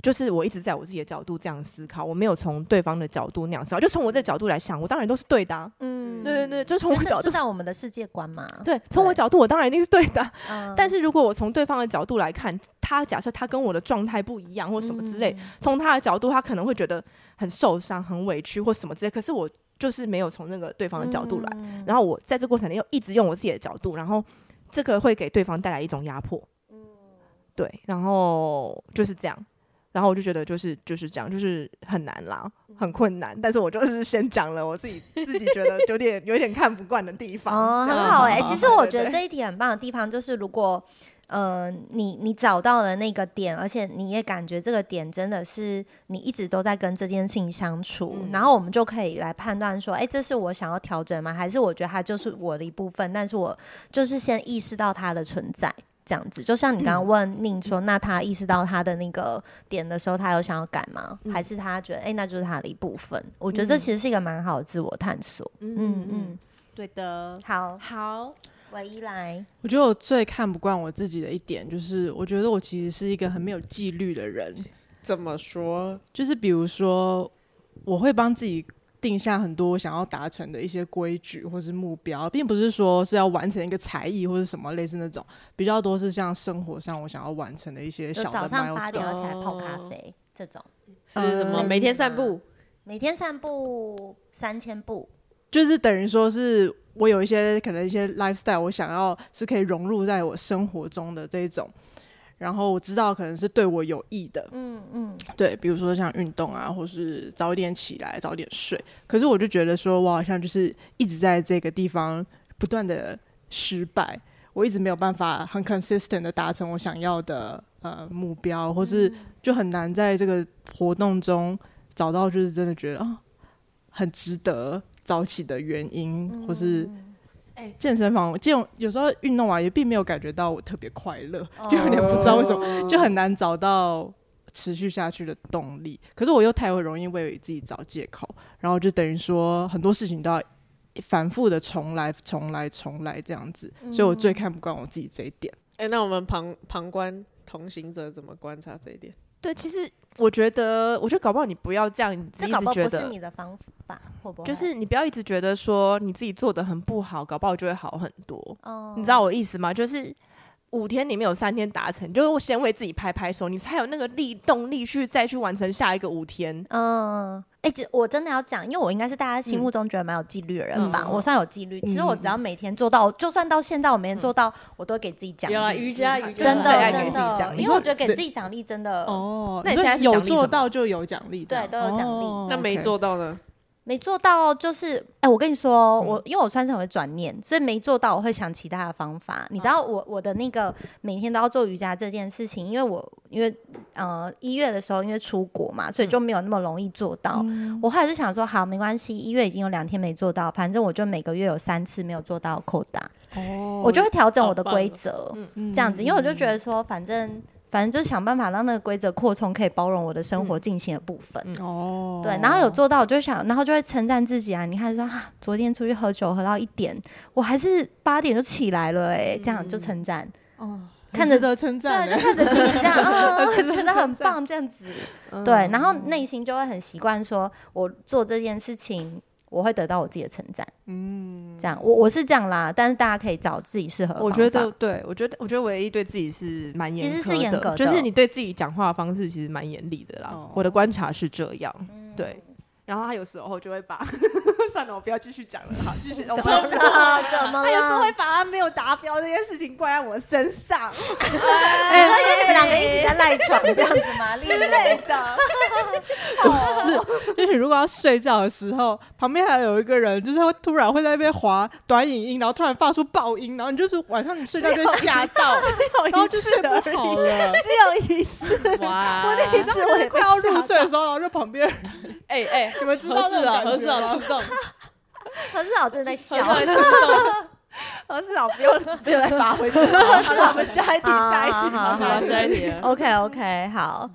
就是我一直在我自己的角度这样思考，我没有从对方的角度那样思考，就从我这角度来想，我当然都是对的、啊。嗯对对对，就从因我为这角这度，在我们的世界观嘛，对，从我角度，我当然一定是对的啊、嗯，但是如果我从对方的角度来看，他假设他跟我的状态不一样或什么之嗯类，从他的角度，他可能会觉得很受伤、很委屈或什么之类。可是我就是没有从那个对方的角度来，嗯然后我在这过程里又一直用我自己的角度，然后这个会给对方带来一种压迫。嗯对，然后就是这样。然后我就觉得就是就是这样，就是很难啦，嗯很困难。但是我就是先讲了我自己自己觉得有点有点看不惯的地方。哦，这样很好哎、嗯其实我觉得对对这一题很棒的地方就是，如果呃你你找到了那个点，而且你也感觉这个点真的是你一直都在跟这件事情相处，然后我们就可以来判断说，哎、这是我想要调整吗？还是我觉得它就是我的一部分，但是我就是先意识到它的存在。这样子，就像你刚刚问宁说，那他意识到他的那个点的时候，他有想要改吗？还是他觉得，哎、那就是他的一部分？我觉得这其实是一个蛮好的自我探索。嗯嗯，对的，好，好，唯一来，我觉得我最看不惯我自己的一点就是，我觉得我其实是一个很没有纪律的人。怎么说？就是比如说，我会帮自己定下很多我想要达成的一些规矩或是目标，并不是说是要完成一个才艺或是什么类似那种，比较多是像生活上我想要完成的一些就小的早上八 milestone。点要起来泡咖啡这种，是什么？呃每天散步？每天散步三千 步，就是等于说是我有一些可能一些 lifestyle，我想要是可以融入在我生活中的这一种，然后我知道可能是对我有益的，嗯嗯，对，比如说像运动啊，或是早一点起来，早点睡。可是我就觉得说，我好像就是一直在这个地方不断的失败，我一直没有办法很 consistent 的达成我想要的呃目标，或嗯是就很难在这个活动中找到就是真的觉得啊、很值得早起的原因，嗯或是。哎，健身房这种有时候运动完也并没有感觉到我特别快乐，哦就有哦点不知道为什么，就很难找到持续下去的动力。可是我又太会容易为自己找借口，然后就等于说很多事情都要反复的重来、重来、重来这样子，嗯所以我最看不惯我自己这一点。哎、那我们旁旁观同行者怎么观察这一点？对，其实我觉得，我觉得搞不好你不要这样，你自这己一搞直不好觉不得是你的啊方法，会不会？就是你不要一直觉得说你自己做的很不好，搞不好就会好很多。哦，嗯你知道我意思吗？就是五天里面有三天达成，就是先为自己拍拍手，你才有那个力动力去再去完成下一个五天。嗯，哎、这我真的要讲，因为我应该是大家心目中觉得蛮有纪律的人嗯吧，我算有纪律。其实我只要每天做到，就算到现在我每天做到，我都会给自己奖有啊，励。瑜伽瑜伽真的最爱给真自己奖的，励因为我觉得给自己奖励真的，哦，那你所以现在是有奖励做什么到就有奖励的，对都有奖励哦那没 OK 做到呢？没做到就是，哎、我跟你说，嗯我因为我算是很会转念，所以没做到我会想其他的方法。你知嗯道我我的那个每天都要做瑜伽这件事情，因为我因为呃一月的时候因为出国嘛，嗯所以就没有那么容易做到。我后来就想说，好，没关系，一月已经有两天没做到，反正我就每个月有三次没有做到扣打，哦我就会调整好我的棒规哦则，嗯这样子，因为我就觉得说，反正反正就想办法让那个规则扩充，可以包容我的生嗯活进行的部分。哦，对，然后有做到，我就想，然后就会称赞自己啊。你看说啊，昨天出去喝酒喝到一点，我还是八点就起来了、欸，哎，这样就称赞，嗯哦，看着着得称赞对，欸，就看着自己这样，啊，觉得很棒，这样子，对，然后内心就会很习惯，说我做这件事情，我会得到我自己的称赞，嗯，这样，我我是这样啦，但是大家可以找自己适合的我觉方得法，对，我觉得我觉得唯一对自己是蛮严，其实是严格的就是你对自己讲话的方式其实蛮严厉的啦。哦我的观察是这样，对。然后他有时候就会 把，算了，我不要继续讲了，好， 继续。我不要怎么了？怎么他有时候了会？把他没有达标这件事情怪在我身上哎，因为你们两个一起在赖床 这样子吗？之类 的。 不是，就是如果要睡觉的时候，旁边还有一个人，就是他突然会在那边滑短影音，然后突然发出爆音，然后你就是晚上你睡觉就会 吓到，然后就睡不好了。只 有一次， 哇，那一次我也快要入睡的时候，然后就旁 边哎哎，你们知道何那事啊？何种感事觉啊？吗触？动，何志老真的在笑何事，啊？触何志哦老不用不用来发挥 这个，好了，我们下一题，好下一好题，好哦动。好，下一题啊。 OK OK，好。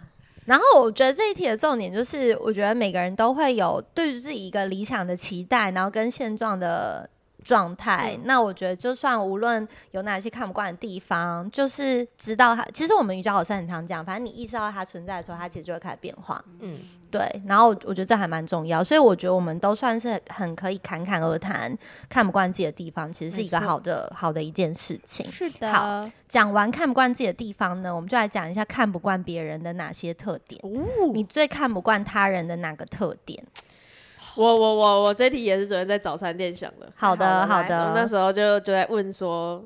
然后我觉得这一题的重点就是，我觉得每个人都会有对自己一个理想的期待，然后跟现状的状态。那我觉得，就算无论有哪些看不惯的地方，就是知道它。其实我们瑜伽老师很常讲，反正你意识到它存在的时候，它其实就会开始变化。嗯嗯，对。然后我觉得这还蛮重要，所以我觉得我们都算是很可以侃侃而谈，看不惯自己的地方，其实是一个没错好的好的一件事情。是的好讲完看不惯自己的地方呢，我们就来讲一下看不惯别人的哪些特点。你最看不惯他人的哪个特点？我我我我这题也是昨天在早餐店想的。好的，好好了我那的。时候就就在问说，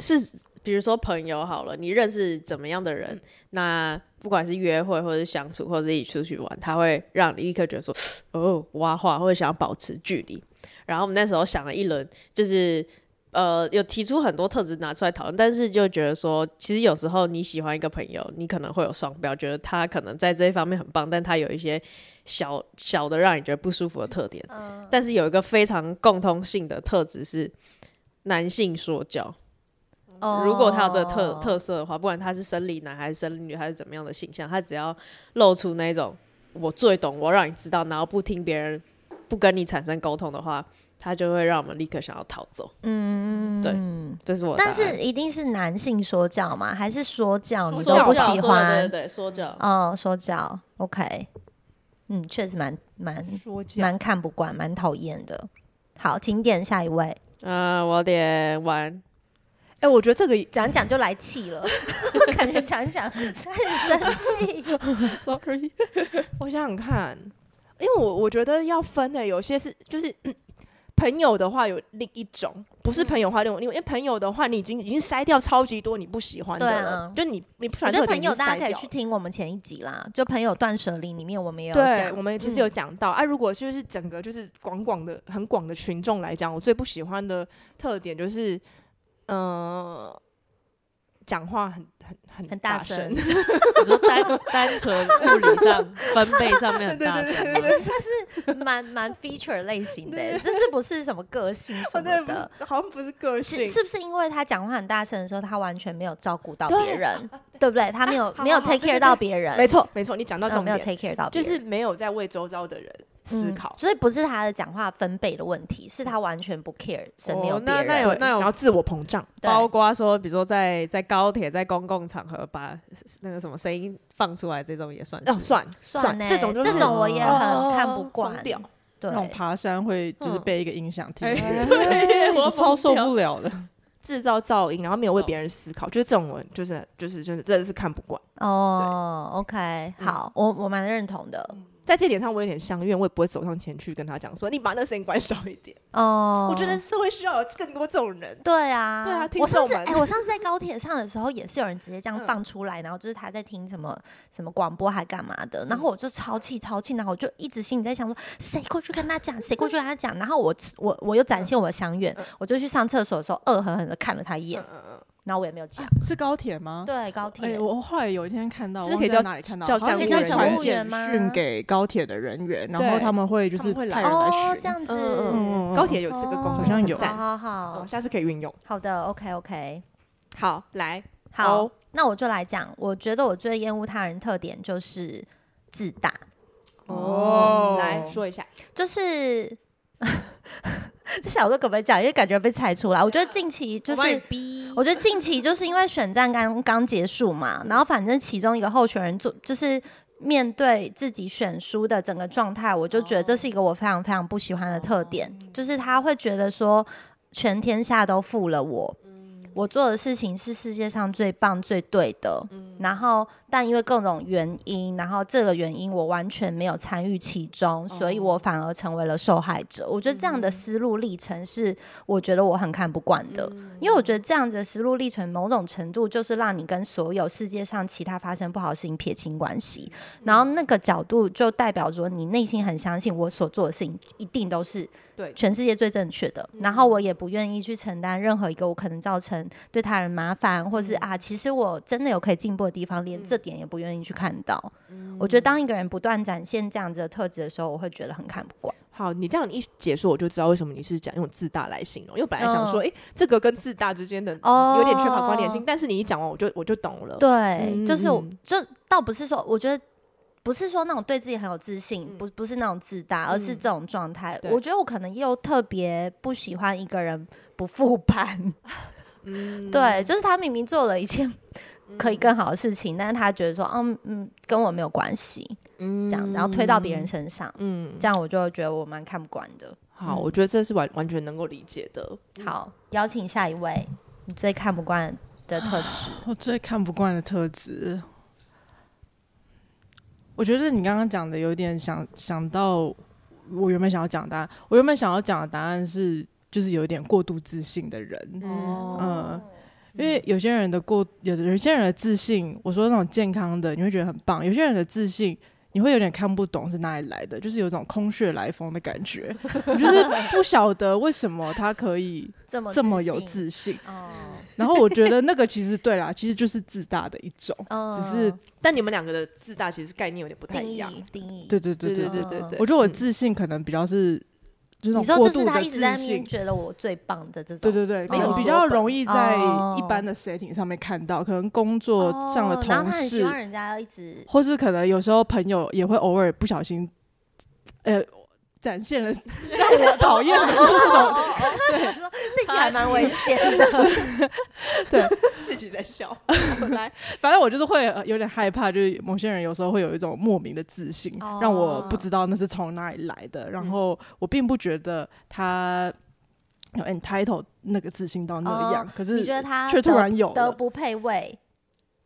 是比如说朋友好了，你认识怎么样的人？那不管是约会，或者是相处，或者是一起出去玩，他会让你立刻觉得说，哦，挖话，或者想要保持距离。然后我们那时候想了一轮，就是呃，有提出很多特质拿出来讨论，但是就觉得说，其实有时候你喜欢一个朋友，你可能会有双标，觉得他可能在这一方面很棒，但他有一些小小的让你觉得不舒服的特点。但是有一个非常共通性的特质是男性说教。哦如果他有这个特特色的话，不管他是生理男还是生理女还是怎么样的形象，他只要露出那种我最懂，我让你知道，然后不听别人，不跟你产生沟通的话，他就会让我们立刻想要逃走。嗯，对嗯这是我的答但案。是一定是男性说教吗？还是说教你说都教不说喜的对欢？对对，说教。哦，说教，OK，嗯，确实蛮蛮说教蛮看不惯，蛮讨厌的。好，请点下一位，嗯，我点完。哎、我觉得这个讲一讲就来气了， 感觉讲一讲很生 气。 Sorry，我想想看，因为我我觉得要分的，有些是就是、嗯朋友的话有另一种，不是朋友的话另外另外，因为朋友的话你已经已经筛掉超级多你不喜欢的对啊了，就你你不喜我欢觉的得特朋点已友经大筛家可以掉去。听我们前一集啦，就朋友断舍离里面我们也有对，讲嗯我。们其实有讲到，哎、如果就是整个就是广广的很广的群众来讲，我最不喜欢的特点就是，呃，讲话很很很很大声声， 你说单单纯物理上分贝上面 很大声哎，吗，这算是蛮蛮 feature 类型的，这是不是什么个性什哦，对，么不的？是，好像不是个性是，是不是因为他讲话很大声的时候，他完全没有照顾到对啊别人，对不对？他没有好没有好好 take 对对 care 对到别人，没错没错，你讲到嗯，重没有点， take care 到别就人，是没有在为周遭的人思嗯考。所以不是他的讲话分贝的问题，是他完全不 care 身边有哦别那那人有，对，然后自我膨胀，对包括说，比如说在在高铁、在公共场合把那个什么声音放出来，这种也算是。哦，算算呢，这种就是这种我也很看不哦惯疯，掉对那，种爬山会就是嗯被一个音响听哎到， 对，我我超疯受掉不了的。制造噪音，然后没有为别人思考，就是这种人，就是就是就是真的是看不惯。哦，OK，好，我我蛮认同的。在这点上，我有点相怨，我也不会走上前去跟他讲说：“你把那声音关少一点。哦，我觉得社会需要有更多这种嗯人。对啊，对啊听我上众次们哎、我上次在高铁上的时候，也是有人直接这样放出来，然后就是他在听什么什么广播还干嘛的，然后我就超气超气，然后我就一直心里在想说，谁过去跟他讲，谁过去跟他讲，然后我我我又展现我的相怨，我就去上厕所的时候恶狠狠的看了他一眼，然后我也没有讲。是高铁吗？对，高铁、哎，我后来有一天看到，就我是忘可以记叫在哪里看到，叫他们站务会员传吗简讯给高铁的人员，然后他们会就是他们会派来人来哦，巡这。样子，嗯嗯高铁有这个功能，哦好像有很赞好好好哦，下次可以运用。好的，OK OK，好，来，好，哦那我就来讲，我觉得我最厌恶他人特点就是自大。哦，来说一下，就是 这小时候可不可以讲？因为感觉被猜出来。我觉得近期就是，我觉得近期就是因为选战刚刚结束嘛，然后反正其中一个候选人做就是。面对自己选书的整个状态，我就觉得这是一个我非常非常不喜欢的特点，就是他会觉得说全天下都负了我，我做的事情是世界上最棒最对的，然后但因为各种原因，然后这个原因我完全没有参与其中，所以我反而成为了受害者。我觉得这样的思路历程是我觉得我很看不惯的，因为我觉得这样子的思路历程某种程度就是让你跟所有世界上其他发生不好的事情撇清关系，然嗯后那个角度就代表着你内心很相信我所做的事情一定都是对嗯全世界最正确的，然后我也不愿意去承担任何一个我可能造成对他人麻烦，或是嗯啊，其实我真的有可以进步的地方，连这点也不愿意去看到。嗯我觉得当一个人不断展现这样子的特质的时候，我会觉得很看不惯。好，你这样一解说，我就知道为什么你是讲用自大来形容，因为我本来想嗯说，诶，这个跟自大之间的哦嗯有点缺乏关联性，但是你一讲完，我就我就懂了。对，嗯就是我嗯就倒不是说，我觉得不是说那种对自己很有自信，不不是那种自大，而是嗯这种状态。嗯对我觉得我可能又特别不喜欢一个人不复盘。 嗯，对，就是他明明做了一件可以更好的事情，但是他觉得说，嗯嗯，跟我没有关系，嗯这样子，然后推到别人身上，嗯，这样我就觉得我蛮看不惯的。好，我觉得这是完完全能够理解的。好，邀请下一位，你最看不惯的特质。我哦最看不惯的特质，我觉得你刚刚讲的有点想想到我原本想要讲的答案。我原本想要讲的答案是，就是有一点过度自信的人。哦嗯，因为有些人的过，有的有些人的自信，我说那种健康的，你会觉得很棒；有些人的自信，你会有点看不懂是哪里来的，就是有种空穴来风的感觉。 我就是不晓得为什么他可 以这么这么有信自信。哦， 然后我觉得那个其实对啦，其实就是自大的一种，嗯只是但你们两个的自大其实概念有点不太定一样。义定义。对对对对对对对。对对，我觉得我嗯自信可能比较是，就你是说那种过这是度他的一直在自那边信。觉得我最棒的这种，对对对，可没有能比说较本容易在哦一般的 setting 上面看到，可能工作上的哦然后同他很希事望，人家要一 直或是可能有时候朋友也会偶尔不小心，呃，展现了让我讨厌的那种，哦我说这题还蛮危险 的。自己在笑。来，反正我就是会呃有点害怕，就是某些人有时候会有一种莫名的自信，哦让我不知道那是从哪里来的，然后我并不觉得他有 entitle 那个自信到那样，哦可是你觉得他却突得然有德了。不配位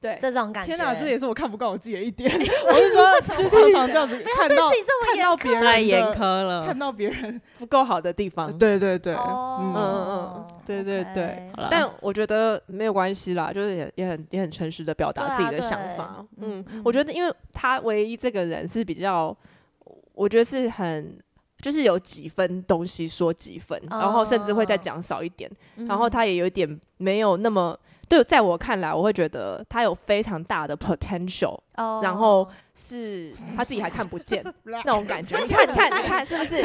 对，这种感觉？天哪，这也是我看不惯我自己的 一点。我是说，就是常常这样子看到自己这么看到别人的太严 苛了看。到别人，不够好的地方。 对对对，哦，嗯嗯嗯嗯对对 OK 对好啦但我觉得没有关系啦，就是也也很也很诚实的表对达啊自己的想法。对嗯，嗯我觉得因为他唯一这个人是比较，我觉得是很就是有几分东西说几分，哦然后甚至会再讲少一点，嗯然后他也有一点没有那么。对，在我看来，我会觉得他有非常大的 potential，哦然后是他自己还看不见那种感觉。你看，你看，你看，是不是？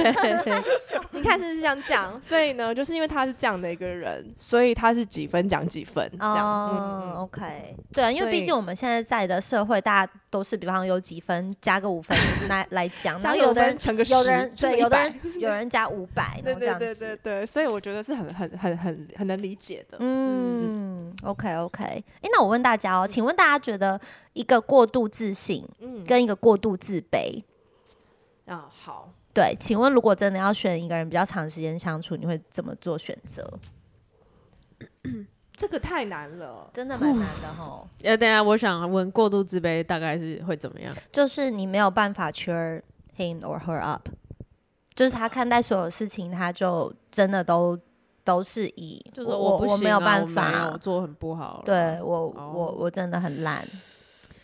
你看是不是像这样？所以呢，就是因为他是这样的一个人，所以他是几分讲几分这样。嗯哦、嗯 o k 对啊，因为所毕以竟我们现在在的社会，大家都是比方有几分加个五分来来 讲，然加后个有五的分人乘个有十的人乘个对，有的100人有人加五 百，然对后这样对子，对对对，所以我觉得是很很很很很能理解的。嗯，OK OK，哎、诶那我问大家哦，请问大家觉得一个过度自信嗯跟一个过度自卑，啊，好，对，请问如果真的要选一个人比较长时间相处，你会怎么做选择？这个太难了。真的蛮难的吼，呃，等一下，我想问过度自卑大概是会怎么样？就是你没有办法 cheer him or her up，就是他看待所有事情，他就真的都都是以就是我不行、啊、我没有办没有法，做很不好。对，我哦我我真的很 烂，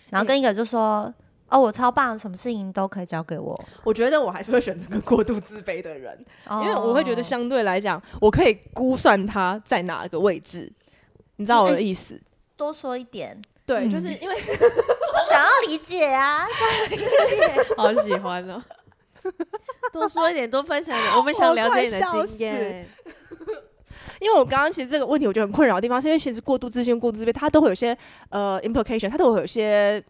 然后跟一个就说。哦，我超棒，什么事情都可以交给我，我觉得我还是会选择个过度自卑的人，因因为我会哦觉得相对来讲，我可以估算他在哪个位置，你知道我的意思？多说一点，对，嗯就是因为想要理解啊，好喜欢哦。多说一点，多分享一点，我们想了解你的经验。因为我刚刚其实这个问题我觉得很困扰的地方，是因为其实过度自信、过度自卑，它都会有些呃 implication，它都会有些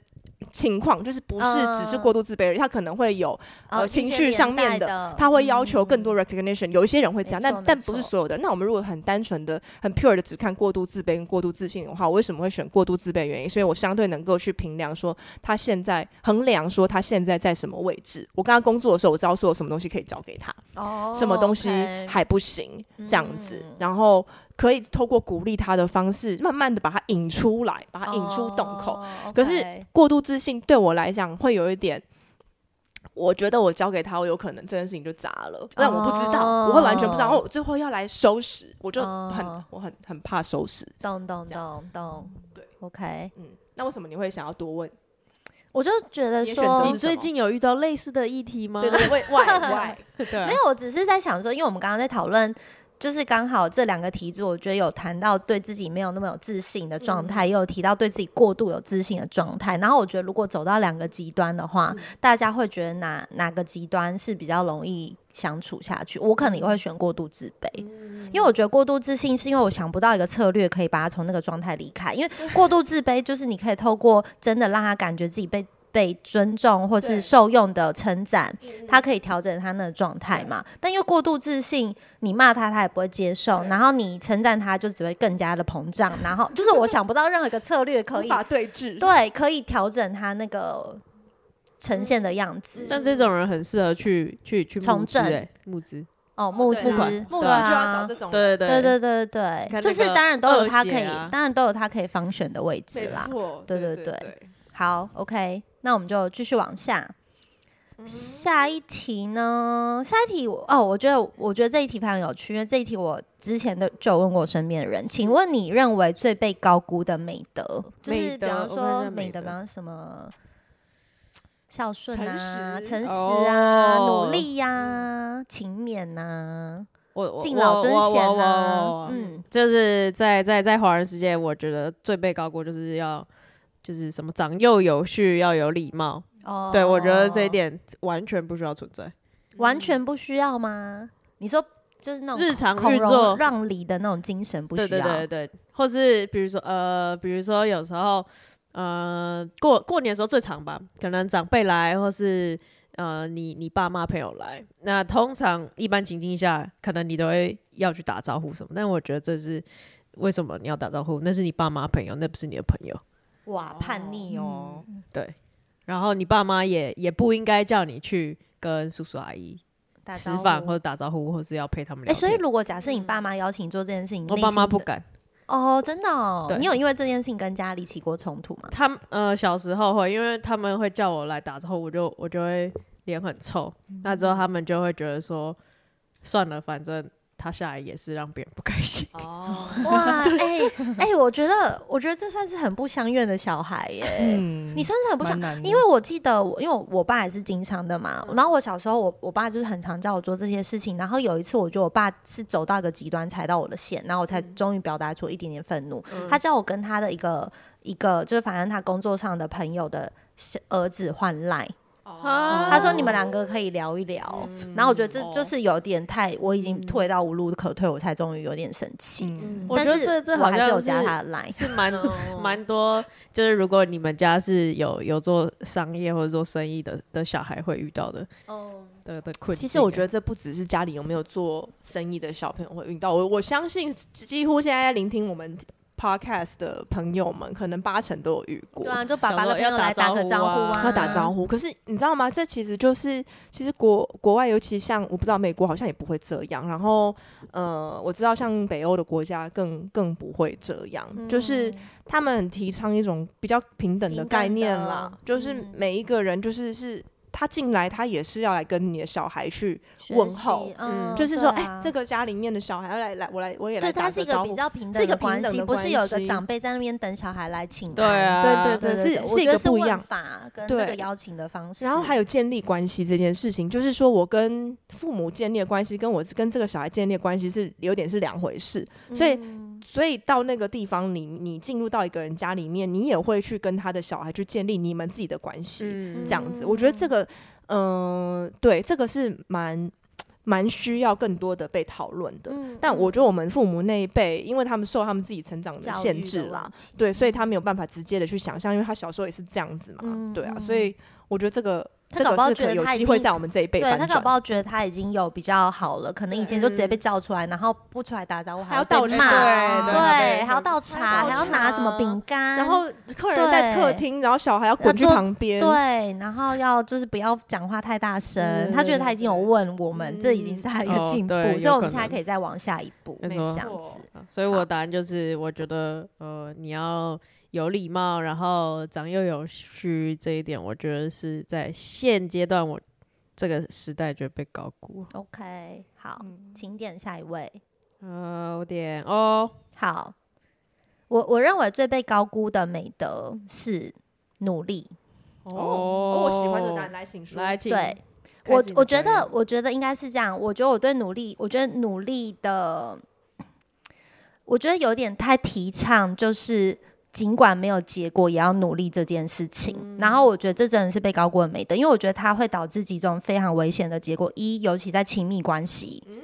情况，就是不是只是过度自卑而已，它可能会有嗯哦呃情绪上面的的嗯他会要求更多 recognition，、有一些人会这样，没错但但没不是错所有的。那我们如果很单纯的、很 pure 的只看过度自卑跟过度自信的话，我为什么会选过度自卑？的原因，所以我相对能够去评量说他现在衡量说他现在在什么位置。我跟他工作的时候，我知道说有什么东西可以交给他，哦什么东西 OK 还不行，这样子，嗯然后可以透过鼓励他的方式，慢慢的把他引出来，把他引出洞口。哦可是 OK 过度自信对我来讲会有一点，我觉得我交给他，我有可能这件事情就砸了，但我不知道，哦我会完全不知道。哦，我最后要来收拾，我就很、哦我很很怕收拾。懂懂这样懂懂，对，OK，嗯，那为什么你会想要多问？我就觉得你的选择说是你最近有遇到类似的议题吗？对对对为 why why？对啊没有，我只是在想说，因为我们刚刚在讨论，就是刚好这两个题组，我觉得有谈到对自己没有那么有自信的状态，也有提到对自己过度有自信的状态。然后我觉得，如果走到两个极端的话，大家会觉得哪哪个极端是比较容易相处下去？我可能也会选过度自卑。嗯因为我觉得过度自信是因为我想不到一个策略可以把他从那个状态离开，因为过度自卑就是你可以透过真的让他感觉自己被被尊重或是受用的称赞，嗯他可以调整他那个状态嘛。但因为过度自信，你骂他他也不会接受，然后你称赞他就只会更加的膨胀，然后就是我想不到任何一个策略可无以法对峙。对可以调整他那个呈现的样子。嗯但这种人很适合去去去从募资、政欸，募资。哦，募对资，募款木对然就要啊找这种人对对对对对对看那就个是当然都有他可恶以，血啊当然都有他可以方选的位置没啦。错，对对对对好，OK，那我们就继续往下。下一题呢？下一题我哦，我觉得我觉得这一题非常有趣，因为这一题我之前的就有问过我身边的嗯人。请问你认为最被高估的美德，就是美比德方我看一说下美美德，比德方什么孝顺诚啊、实诚实啊、哦努力呀、勤勉呐、我我敬老尊贤呐、啊嗯，就是在在在华人世界，我觉得最被高估就是要就是什么长幼有序，要有礼貌。哦，对我觉得这一点完全不需要存在。完全不需要吗？你说就是那种嗯日常孔运融作让梨的那种精神不需对要，对对对，或是比如说呃，比如说有时候呃过过年的时候最常吧，可能长辈来，或是呃你你爸妈朋友来，那通常一般情境下，可能你都会要去打招呼什么，但我觉得这是为什么你要打招呼？那是你爸妈朋友，那不是你的朋友。哇，叛逆哦，对，然后你爸妈也也不应该叫你去跟叔叔阿姨打吃招饭，呼或者打招呼，或是要陪他们哎，聊所天。以如果假设你爸妈邀请做这件事情，我内爸心妈不的敢，哦，真的哦， 对你有因为这件事情跟家里起过冲突 吗？他们呃小时候会，因为他们会叫我来打招呼，我就我就会脸很臭。嗯那之后他们就会觉得说，算了，反正他下来也是让别人不开心。 哦，哇，哎哎，我觉得我觉得这算是很不相怨的小孩耶，嗯你算是很啊不相蛮难的，因为我记得我，因为我我爸也是经常的嘛，嗯然后我小时候我我爸就是很常叫我做这些事情，然后有一次我觉得我爸是走到一个极端踩到我的线，然后我才嗯终于表达出一点点愤怒。他叫我跟他的一个一个就是反正他工作上的朋友的小儿子换赖，啊他说你们两个可以聊一聊，然后我觉得这哦就是有点太，我已经退到无路可退，我才终于有点生气。嗯我但觉得这这我好还是有像加他的赖，是蛮蛮多，就是如果你们家是有有做商业或者做生意的的小孩会遇到的的的困境欸。其实啊我觉得这不只是家里有没有做生意的小朋友会遇到，我我相信几乎现在在聆听我们 podcast 的朋友们，可能八成都有遇过。对啊，就爸爸的想朋说要友打来打个招呼招呼啊啊，要要打招呼。呼，可是你知道吗？这其实就是，其实国国外，尤其像我不知道美国好像也不会这样，然后呃，我知道像北欧的国家更更不会这样，嗯就是他们很提倡一种比较平等的嗯平概等念的啦，就是嗯每一个人就是是他进来，他也是要来跟你的小孩去，问候嗯就是说，哎、这个家里面的小孩要来来，我来我也来哦啊对，打它是一个个招比较呼。平是等一个的平关等系，的不是关有一个系长辈在那边等小孩来请安。对啊，对对对对是对是我一觉个得是不一问样法跟那对个邀请的方式。然后还有建立关系这件事情，就是说我跟父母建立的关系，跟我跟这个小孩建立的关系是有点是两回事。所以嗯所以到那个地方你，你进入到一个人家里面，你也会去跟他的小孩去建立你们自己的关系，嗯这样子。我觉得这个，嗯、对，这个是蛮蛮需要更多的被讨论的。嗯呃但我觉得我们父母那一辈，因为他们受他们自己成长的教育限的制问啦，题对，所以他没有办法直接的去想象，因为他小时候也是这样子嘛，嗯对啊，嗯所以我觉得这个他这搞不个好是觉可得有他已机会经在我们这一辈对翻他转。搞不好觉得他已经有比较好了，可能以前就直接被嗯叫出来，然后不出来打招呼还要被倒骂茶对，对还要倒还茶，要还倒要拿什么茶饼干，然后客人在客对厅，然后小孩要要滚去坐旁边，对，然后要就是不要讲话太大声，他觉得他已经有问我们，这已经是他一个哦进步，对所以有我们可现在能可以再往下一步，没这错样错子。所以我好的答案就是，我觉得呃，你要有礼貌，然后长幼有序这一点，我觉得是在现阶段我这个时代觉得被高估。 OK，好，请点下一位。呃，我点哦，好，我我认为最被高估的美德是努力。哦，我喜欢这个答案，来请说。来，请对开我始你的我觉表得演，我觉得应该是这样。我觉得我对努力，我觉得努力的，我觉得有点太提倡，就是尽管没有结果也要努力这件事情。嗯然后我觉得这真的是被高估的美德，因为我觉得它会导致几种非常危险的结果：一，尤其在亲密关系。嗯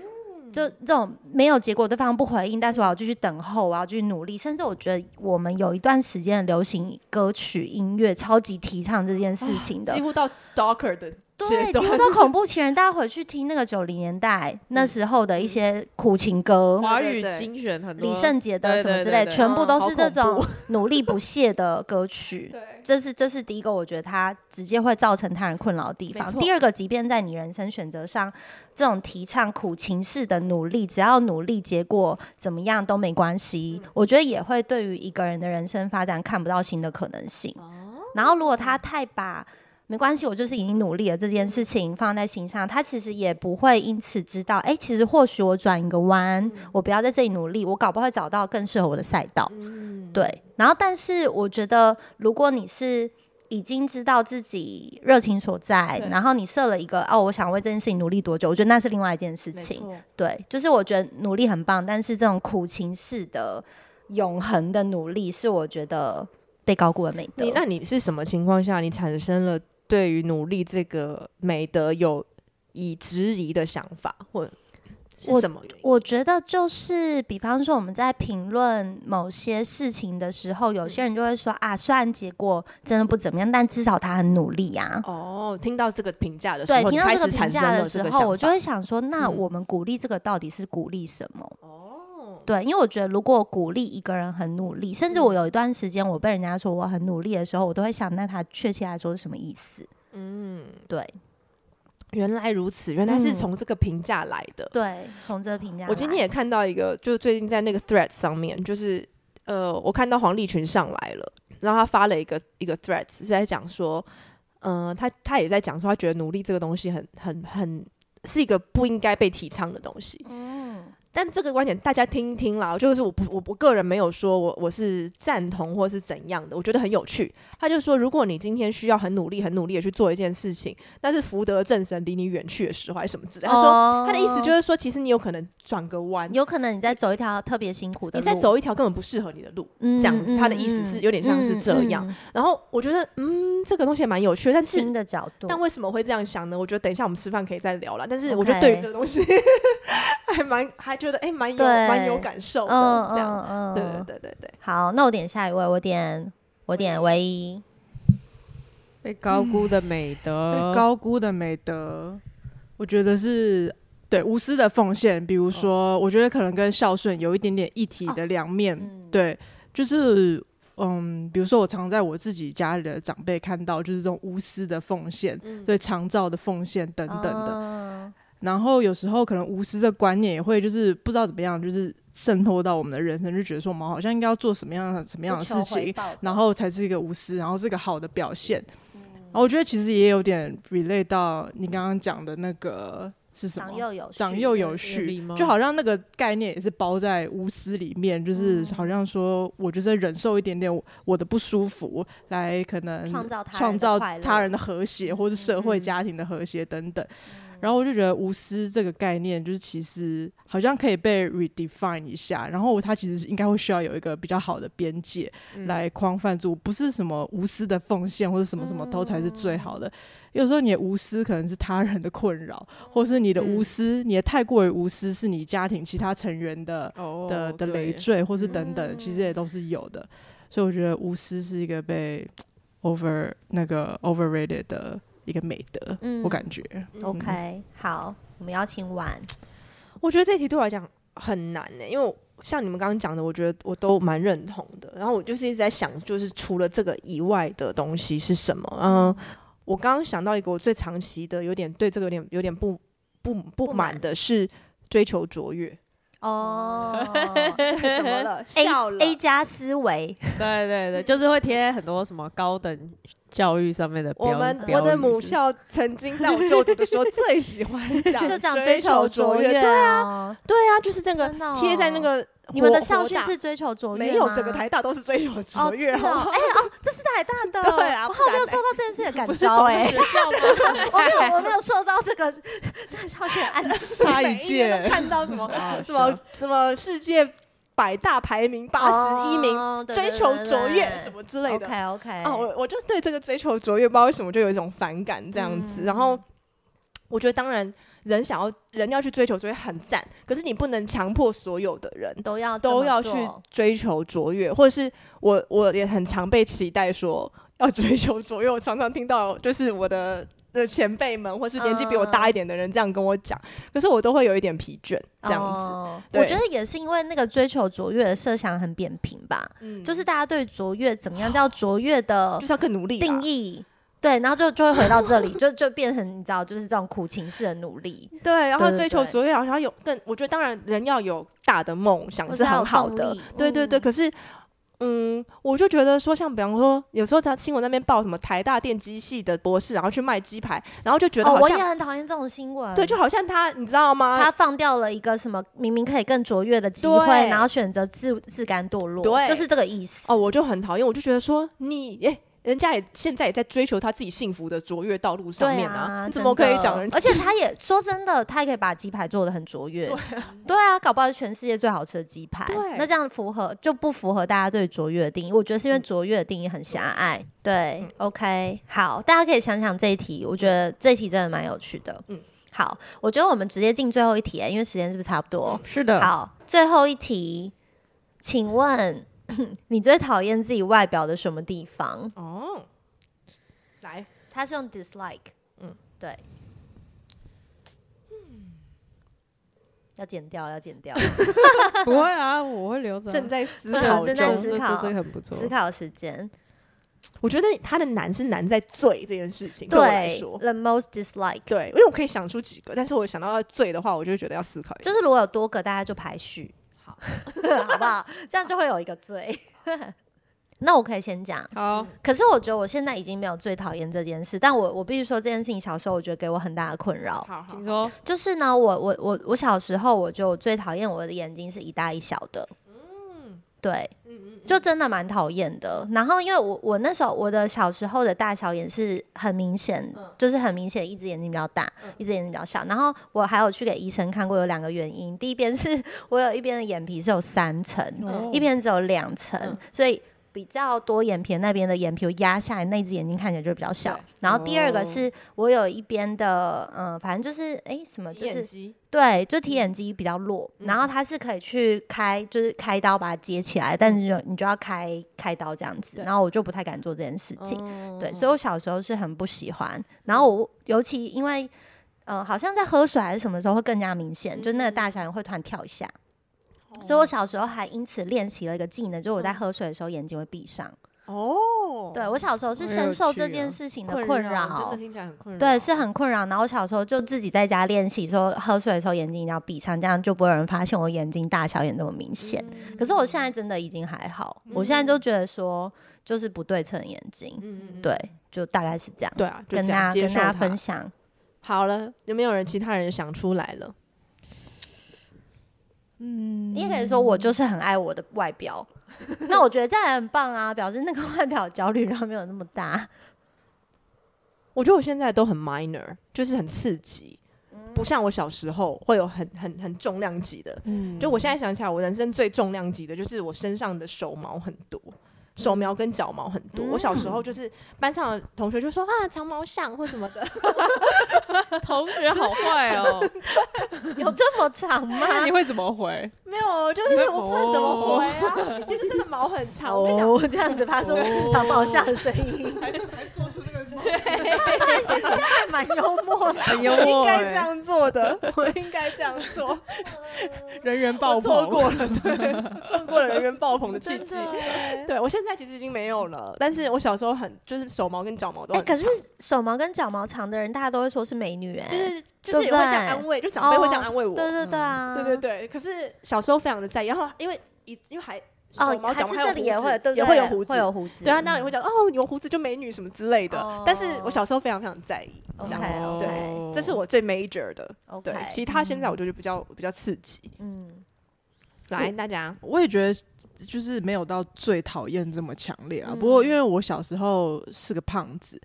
就这种没有结果，对方不回应，但是我要继续等候，我要继续努力。甚至我觉得我们有一段时间的流行歌曲音乐超级提倡这件事情的，几乎到 stalker 的阶对，几段乎，到恐怖情人，大家回去听那个九零年代嗯那时候的一些苦情歌，华对语对精选很多，李圣杰的对什么对之对类，对全部嗯都好是这恐怖种 努力不懈的歌曲。对，这是这是第一个，我觉得它直接会造成他人困扰的地没方。错第二个，即便在你人生选择上，这种提倡苦情式的努力，只要努力，结果怎么样都没关系，嗯我觉得也会对于一个人的人生发展看不到新的可能性。哦然后，如果他太把没关系，我就是已经努力了这件事情放在心上，他其实也不会因此知道，哎，其实或许我转一个弯，我不要在这里努力，我搞不好会找到更适合我的赛道。对。然后，但是我觉得，如果你是已经知道自己热情所在，然后你设了一个哦，我想为这件事情努力多久，我觉得那是另外一件事情。对，就是我觉得努力很棒，但是这种苦情式的、永恒的努力，是我觉得被高估的美德。你那你是什么情况下你产生了对于努力这个美德有以质疑的想法，或是我什么原因？我觉得就是，比方说我们在评论某些事情的时候，嗯有些人就会说啊，虽然结果真的不怎么样，但至少他很努力 呀、哦，听到这个评价的时对候，，你听到开这个始评产生价了的这时个候，想我就法会想说，那嗯哦我们鼓励这个到底是鼓励什么？对，因为我觉得如果鼓励一个人很努力，甚嗯至我有一段时间我被人家说我很努力的时候，我都会想，那他确切来说是什么意思？嗯，对原来如此，原来是嗯从这个评价来的。对，从这个评价来，我今天也看到一个，就是最近在那个 Threads 上面，就是呃，我看到黄立群上来了，然后他发了一个一个 Threads 是在讲说，呃，他他也在讲说，他觉得努力这个东西很很很是一个不应该被提倡的东西。嗯但这个观点大家听一听啦，就是我不我我个人没有说我我是赞同或是怎样的，我觉得很有趣。他就说，如果你今天需要很努力、很努力的去做一件事情，但是福德正神离你远去的时候，还是什么之类的。他说，他的意思就是是说，其实你有可能转个弯，哦有可能你在走一条特别辛苦的你路，再走一条根本不适合你的路。这这样子他的意思嗯是有点像是这样然后我觉得，嗯，这个东西也蛮有趣的，但新是。嗯的角度。但为什么会这样想呢？我觉得等一下我们吃饭可以再聊了。但是 OK 我觉得对于这个东西 还蛮还觉得哎蛮、有对蛮有感受的、这样。嗯对对对对对，好，那我点下一位，我点我点唯一，被高估的美被 德，高估的美德，我觉得是对无私的奉献。比如说，我觉得可能跟孝顺有一点点一体的两面。嗯对，就是嗯，比如说我常在我自己家里的长辈看到，就是这种无私的奉献，对长照的奉献等嗯等的。哦的。然后有时候可能无私的观念也会就是不知道怎么样，就是渗透到我们的人生，就觉得说我们好像应该要做什么样的什么样的事情，然后才是一个无私，然后是个好的表现。然后我觉得其实也有点 relate 到你刚刚讲的那个是什长么？幼有序长幼有那个礼序貌，就好像那个概念也是包在无私里面，嗯就是好像说我就是忍受一点点我我的不舒服，来可能创造他人的创造快乐嗯他人的和谐，或是社会家庭的和谐等等。然后我就觉得无私这个概念，就是其实好像可以被 redefine 一下，然后它其实应该会需要有一个比较好的边界嗯来框范住，不是什么无私的奉献或者什么什么都才是最好嗯的。有时候你的无私可能是他人的困扰，或是嗯你的无私，你的太过于无私是你家庭其他成员的哦的的累对赘，或是等等，其实也都是有的。所以我觉得无私是一个被 over 那个 overrated 的一个美德，嗯我感觉。 OK，好，我们邀请婉，我觉得这题对我来讲很难欸呢、因为我像你们刚刚讲的，我觉得我都蛮认同的。然后我就是一直在想，就是除了这个以外的东西是什么？嗯，我刚刚想到一个我最长期的，有点对这个有点有点不不不不满满的是追求卓越。哦 怎么了？笑了。 ，A A 加思维，对对对，就是会贴很多什么高等教育上面的标我们标我的语母是校曾经在我就读的时 候最喜欢讲，就讲追追求卓越。越对啊。对啊，就是这个真的哦贴在那个你们的火校火训大是追求卓越没有吗整个台大都是追求哦卓越，是哦好不好？哎哦，这是台大的， 对啊我不好然没有嘞受到这件事的感召哎， 我没有我没有受到这个这个校训的暗示，差每一年都届，看到什么啊什么什么世界百大排名 八十一名，哦对追对求对卓对越对什么之类的。 OK OK，哦，我我就对这个追求卓越，不知道为什么就有一种反感这样子。嗯然后我觉得，当然人想要人要去追求卓越很赞，可是你不能强迫所有的人都要这都么要去做追求卓越，或者是我我也很常被期待说要追求卓越。我 常常听到就是我的呃前辈们，或是年纪比我大一点的人这样跟我讲，可是我都会有一点疲倦这样子。哦对我觉得也是因为那个追求卓越的设想很扁平吧，嗯，哦就是大家对卓越怎么样叫卓越的就是要更努力啦定义。对，然后就就会回到这里，就就变成你知道，就是这种苦情式的努 力，对，然后对对追求对卓越，然后要有更，我觉得当然人要有大的梦想或是是要很有好动的力，对对对。嗯可是，嗯，我就觉得说，像比方说，有时候在新闻那边报什么台大电机系的博士，然后去卖鸡排，然后就觉得哦，好我也像、很讨厌这种新闻。对，就好像他，你知道吗？嗯他放掉了一个什么明明可以更卓越的机会对，然后选择自自甘堕落，对就是这个意思。哦，我就很讨厌，我就觉得说你诶。人家也现在也在追求他自己幸福的卓越道路上对面啊，你怎真么可以的讲人家？而且他也说真的，他也可以把鸡排做的很卓越。对啊，搞不好是全世界最好吃的鸡排。对那这样符合就不符合大家对卓越的定义？我觉得是因为嗯卓越的定义很狭隘。对、o k 好，大家可以想想这一题，我觉得这一题真的蛮有趣的。嗯嗯，好，我觉得我们直接进最后一题、因为时间是不是差不嗯多？ 是的，好，最后一题，请问 你最讨厌自己外表的什么地方？哦，来，他是用 dislike，嗯嗯，对，要剪掉，要剪 掉，不会啊，我会留着啊。正在思这个考个正这在个中思，这个考这个很不错。思考时间。我觉得他的难是难在醉这件事情，对我来对说， ，the most dislike，对，因为我可以想出几个，但是我想到要醉的话，我就会觉得要思考一下。就是如果有多个，大家就排序， 好，好不好？这样就会有一个最。 那我可以先讲，好，可是我觉得我现在已经没有最讨厌这件事，但我我必须说这件事情小时候我觉得给我很大的困扰，好好请说。就是呢，我我我我小时候我就最讨厌我的眼睛是一大一小的，对，就真的蛮讨厌的。然后因为我我那时候我的小时候的大小眼是很明显，就是很明显一只眼睛比较大，一只眼睛比较小。然后我还有去给医生看过，有两个原因，第一边是我有一边的眼皮是有三层，哦一边只有两层，所以。比较多眼皮的那边的眼皮我压下来，那只眼睛看起来就比较小对。然后第二个哦是我有一边的，嗯、反正就是哎、什么，就是机对，就嗯提眼肌比较弱，然后它是可以去开，就是开刀把它接起来，但是就你就要开开刀这样子，然后我就不太敢做这件事情，哦哦对，所以我小时候是很不喜欢，然后我尤其因为。嗯呃，好像在喝水还是什么时候会更加明显，就那个大小眼会突然跳一下，哦所以我小时候还因此练习了一个技能，就是嗯我在喝水的时候眼睛会闭上。哦，对我小时候是好有深受趣这哦件事情的困困真扰的，听起来很困嗯扰。对，是很困扰。然后我小时候就自己在家练习，说喝水的时候眼睛一定要闭上，这样就不会有人发现我眼睛大小眼那么明显。嗯可是我现在真的已经还好，我现在就觉得说就是不对称眼睛，嗯，嗯嗯对，就大概是这样。对啊，就跟这大样家接跟受大家它分享，好了，有没有人其他人想出来了？嗯你也可以说我就是很爱我的外 表，那我觉得这样也很棒啊，表示那个外表焦虑然后没有那么大。 我觉得我现在都很 minor，就是很刺激，嗯不像我小时候会有很很很重量级的。嗯，就我现在想起来，我人生最重量级的就是我身上的手毛很多。手毛跟脚毛很嗯多，我小时候就是班上的同学就说啊长毛象或什么 的，同学好坏哦，有这么长吗？ 那你会怎么回？没有，就是我不知道怎么回啊，我就真的毛很长。我跟你讲，哦哦，这样子发出长毛象的声音， 还还做出那个，还蛮幽默的。很幽我应默该这欸，样做的，我应该这样 做。人人爆我错棚，过了，对，错过了人人爆棚的契机真。的欸对我现在其实已经没有了，但是我小时候很就是手毛跟脚毛都哎，很可长，是手毛跟脚毛长的人，大家都会说是美女，哎，就是就对是不也对会这样安慰，就长辈会这样安慰我。哦对对对啊，对对对，可是小时候非常的在意，然后因为以因为还哦手毛，还脚毛是还有这里也胡子会，对不也对会有胡子，会有胡子，嗯哦对啊，当然也会讲哦，有胡子就美女什么之类的。但是我小时候非常非常在意，这 OK 样哦 OK 哦这是我最 major 的。对哦嗯 OK，其他现在我就觉得比较比较刺激。嗯，来，大家我也觉得就是没有到最讨厌这么强烈啊。不过因为我小时候是个胖子，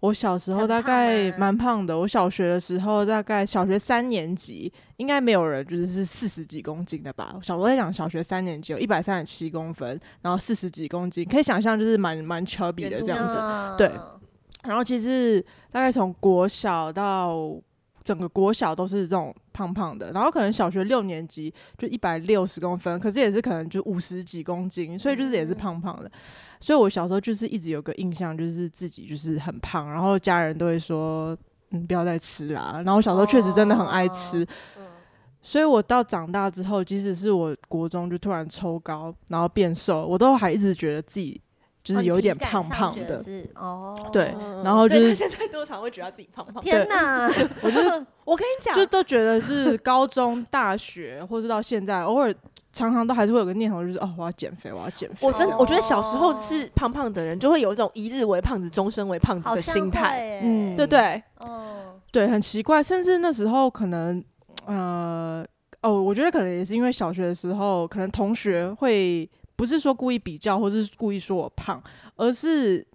我小时候很大胖概吗蛮胖的。我小学的时候，大概小学三年级，应该没有人就是是四十几公斤的吧？我小我在讲小学三年级有一百三十七公分，然后四十几公斤，可以想象就是蛮蛮 chubby 的这样子。啊子对然后其实大概从国小到整个国小都是这种胖胖的，然后可能小学六年级就一百六十公分，可是也是可能就五十几公斤，所以就是也是胖胖的。所以我小时候就是一直有个印象，就是自己就是很胖，然后家人都会说。嗯，不要再吃啦。然后我小时候确实真的很爱吃，所以我到长大之后，即使是我国中就突然抽高，然后变瘦，我都还一直觉得自己哦就是有一点胖胖的。是哦，对，然后就对他是现在多常会觉得他自己胖胖。天哪， 我就是我跟你讲，就都觉得是高中、大学，或是到现在，偶尔常常都还是会有个念头，就是哦，我要减肥，我要减肥。我真的，我觉得小时候是胖胖的人，就会有一种一日为胖子，终身为胖子好的像心态，会欸嗯对不对？哦，对，很奇怪，甚至那时候可能，呃，哦，我觉得可能也是因为小学的时候，可能同学会不是说故意比较，或是故意说我胖，而是。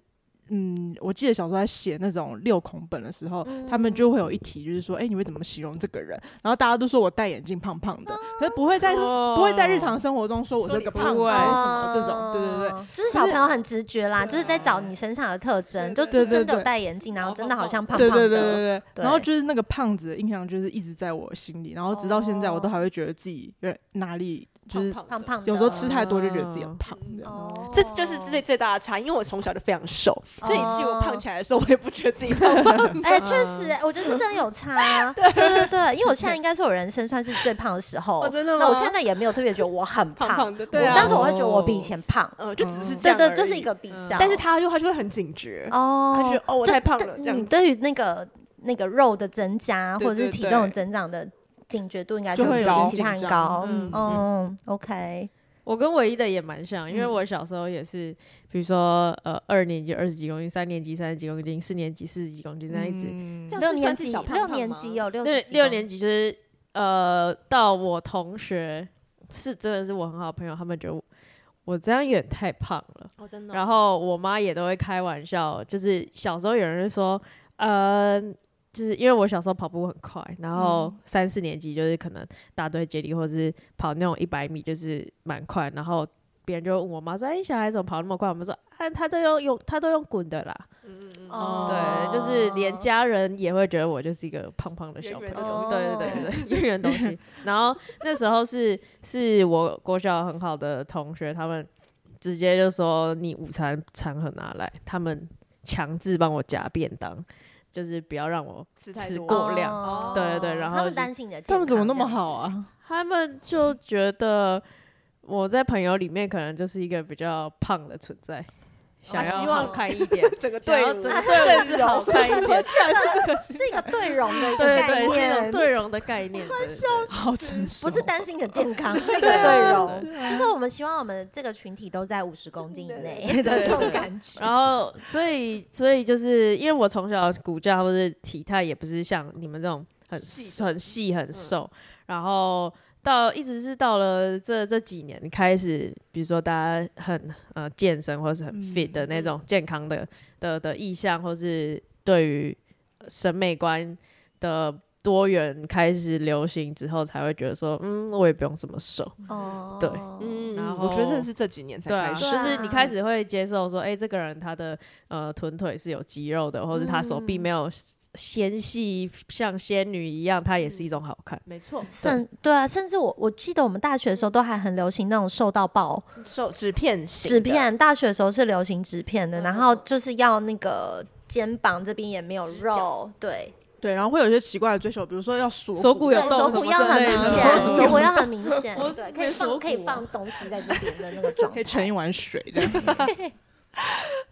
嗯，我记得小时候在写那种六孔本的时候，他们就会有一题，就是说，哎、你会怎么形容这个人？然后大家都说我戴眼镜胖胖的，哦可是不会在、不会在日常生活中说我是个胖子对还是什么这种，对对对。哦，就是小朋友很直觉啦，就是在找你身上的特征，就就对对真的有对戴眼镜，然后真的好像胖对胖对对的，对对对。然后就是那个胖子的印象，就是一直在我心里，然后直到现在，哦我都还会觉得自己有点哪里就是胖胖的，有时候吃太多就觉得自己很胖这样。哦，这就是最最大的差，因为我从小就非常瘦，所以其实我胖起来的时候，我也不觉得自己胖胖。 哎，确实，我觉得这真的有差。啊对对对，因为我现在应该是我人生算是最胖的时候哦，真的吗那我现在也没有特别觉得我很胖胖，胖的对啊但是我会觉得我比以前胖，嗯，就只是这对样而已，嗯对，就是一个比较。但是他就他就会很警觉，哦他，就觉得哦我就太胖但了这样你子。对于那个那个肉的增加对或者是对体对重的增长的警觉度，应该就会比有点其他人紧张高。嗯嗯，OK，我跟唯一的也蛮像，因为嗯我小时候也是，比如说呃二年级二十几公斤，三年级三十几公斤，四年级四十几公斤那一直。嗯这样六是年算是级小胖六胖年吗级有六六十几六公年级就是呃到我同学是真的是我很好的朋友，他们觉得我我这样有点太胖了。哦，真然后我妈也都会开玩笑，就是小时候有人会说，呃，就是因为我小时候跑步很快，然后三四年级就是可能大队接力或者是跑那种一百米就是蛮快，然后别人就问我妈说，哎，小孩怎么跑那么快？我们说，啊，他都用用他都用滚的啦，哦对，就是连家人也会觉得我就是一个胖胖的小朋圆圆友，的对东西对对对，圆圆的东西。然后那时候是是我国小很好的同学，他们直接就说你午餐餐盒拿来，他们强制帮我夹便当。就是不要让我吃太吃多过量。哦对对对然后他们就担心你的健康，他们怎么那么好啊？他们就觉得我在朋友里面可能就是一个比较胖的存啊在，想要希望好看一 点，整个想要 整个队伍是好看一点，这样子？居 然是这个，是一个对容的一个对概对，是一种念，对容的概念，对对对 好成熟，哦不是担心你的健 康，是一个对哦对啊容。就是我们希望我们这个群体都在五十公斤以内对的这种对感觉。然后，所以，所以就是因为我从小骨架或是体态也不是像你们这种很很细很瘦，然后到一直是到了这这几年开始，比如说大家很呃健身或是很 fit 的那种健康的、的的意向，或是对于审美观的多元开始流行之后，才会觉得说，嗯，我也不用这么瘦，哦对嗯，然我觉得真后的是这几年才对啊，开始对，就是你啊开始会接受说，哎、这个人他的呃臀腿是有肌肉的，或者他手嗯臂没有纤细，像仙女一样，它也是一种好看。没错，甚对啊，甚至我我记得我们大学的时候都还很流行那种瘦到爆手纸片型纸，片，大学的时嗯候是流行纸片的，然后就是要那个肩膀这边也没有肉，对，对，然后会有一些奇怪的追求，比如说要锁锁骨有对，动手什骨么要之很类明的显，嗯手骨要很明显我，对，可以没锁放可以骨啊放东西在这边的那个状态，可以盛一碗水这样。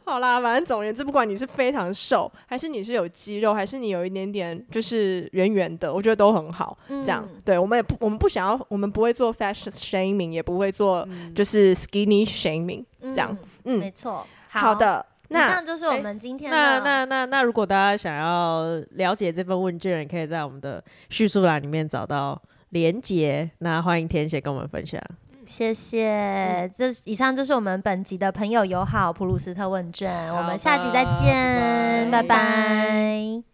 好啦，反正总而言之，不管你是非常瘦，还是你是有肌肉，还是你有一点点就是圆圆的，我觉得都很好。这样嗯，对我们也不，我们不想要，我们不会做 fashion shaming，也不会做就是 skinny shaming。这样，嗯，嗯没，错，好，的，以那上就是我们今天哎那的。那那那，如果大家想要了解这份问卷，也可以在我们的叙述栏里面找到连结。那欢迎填写跟我们分享。谢谢，这以上就是我们本集的朋友友好普鲁斯特问卷，我好们的下集再见，拜拜拜拜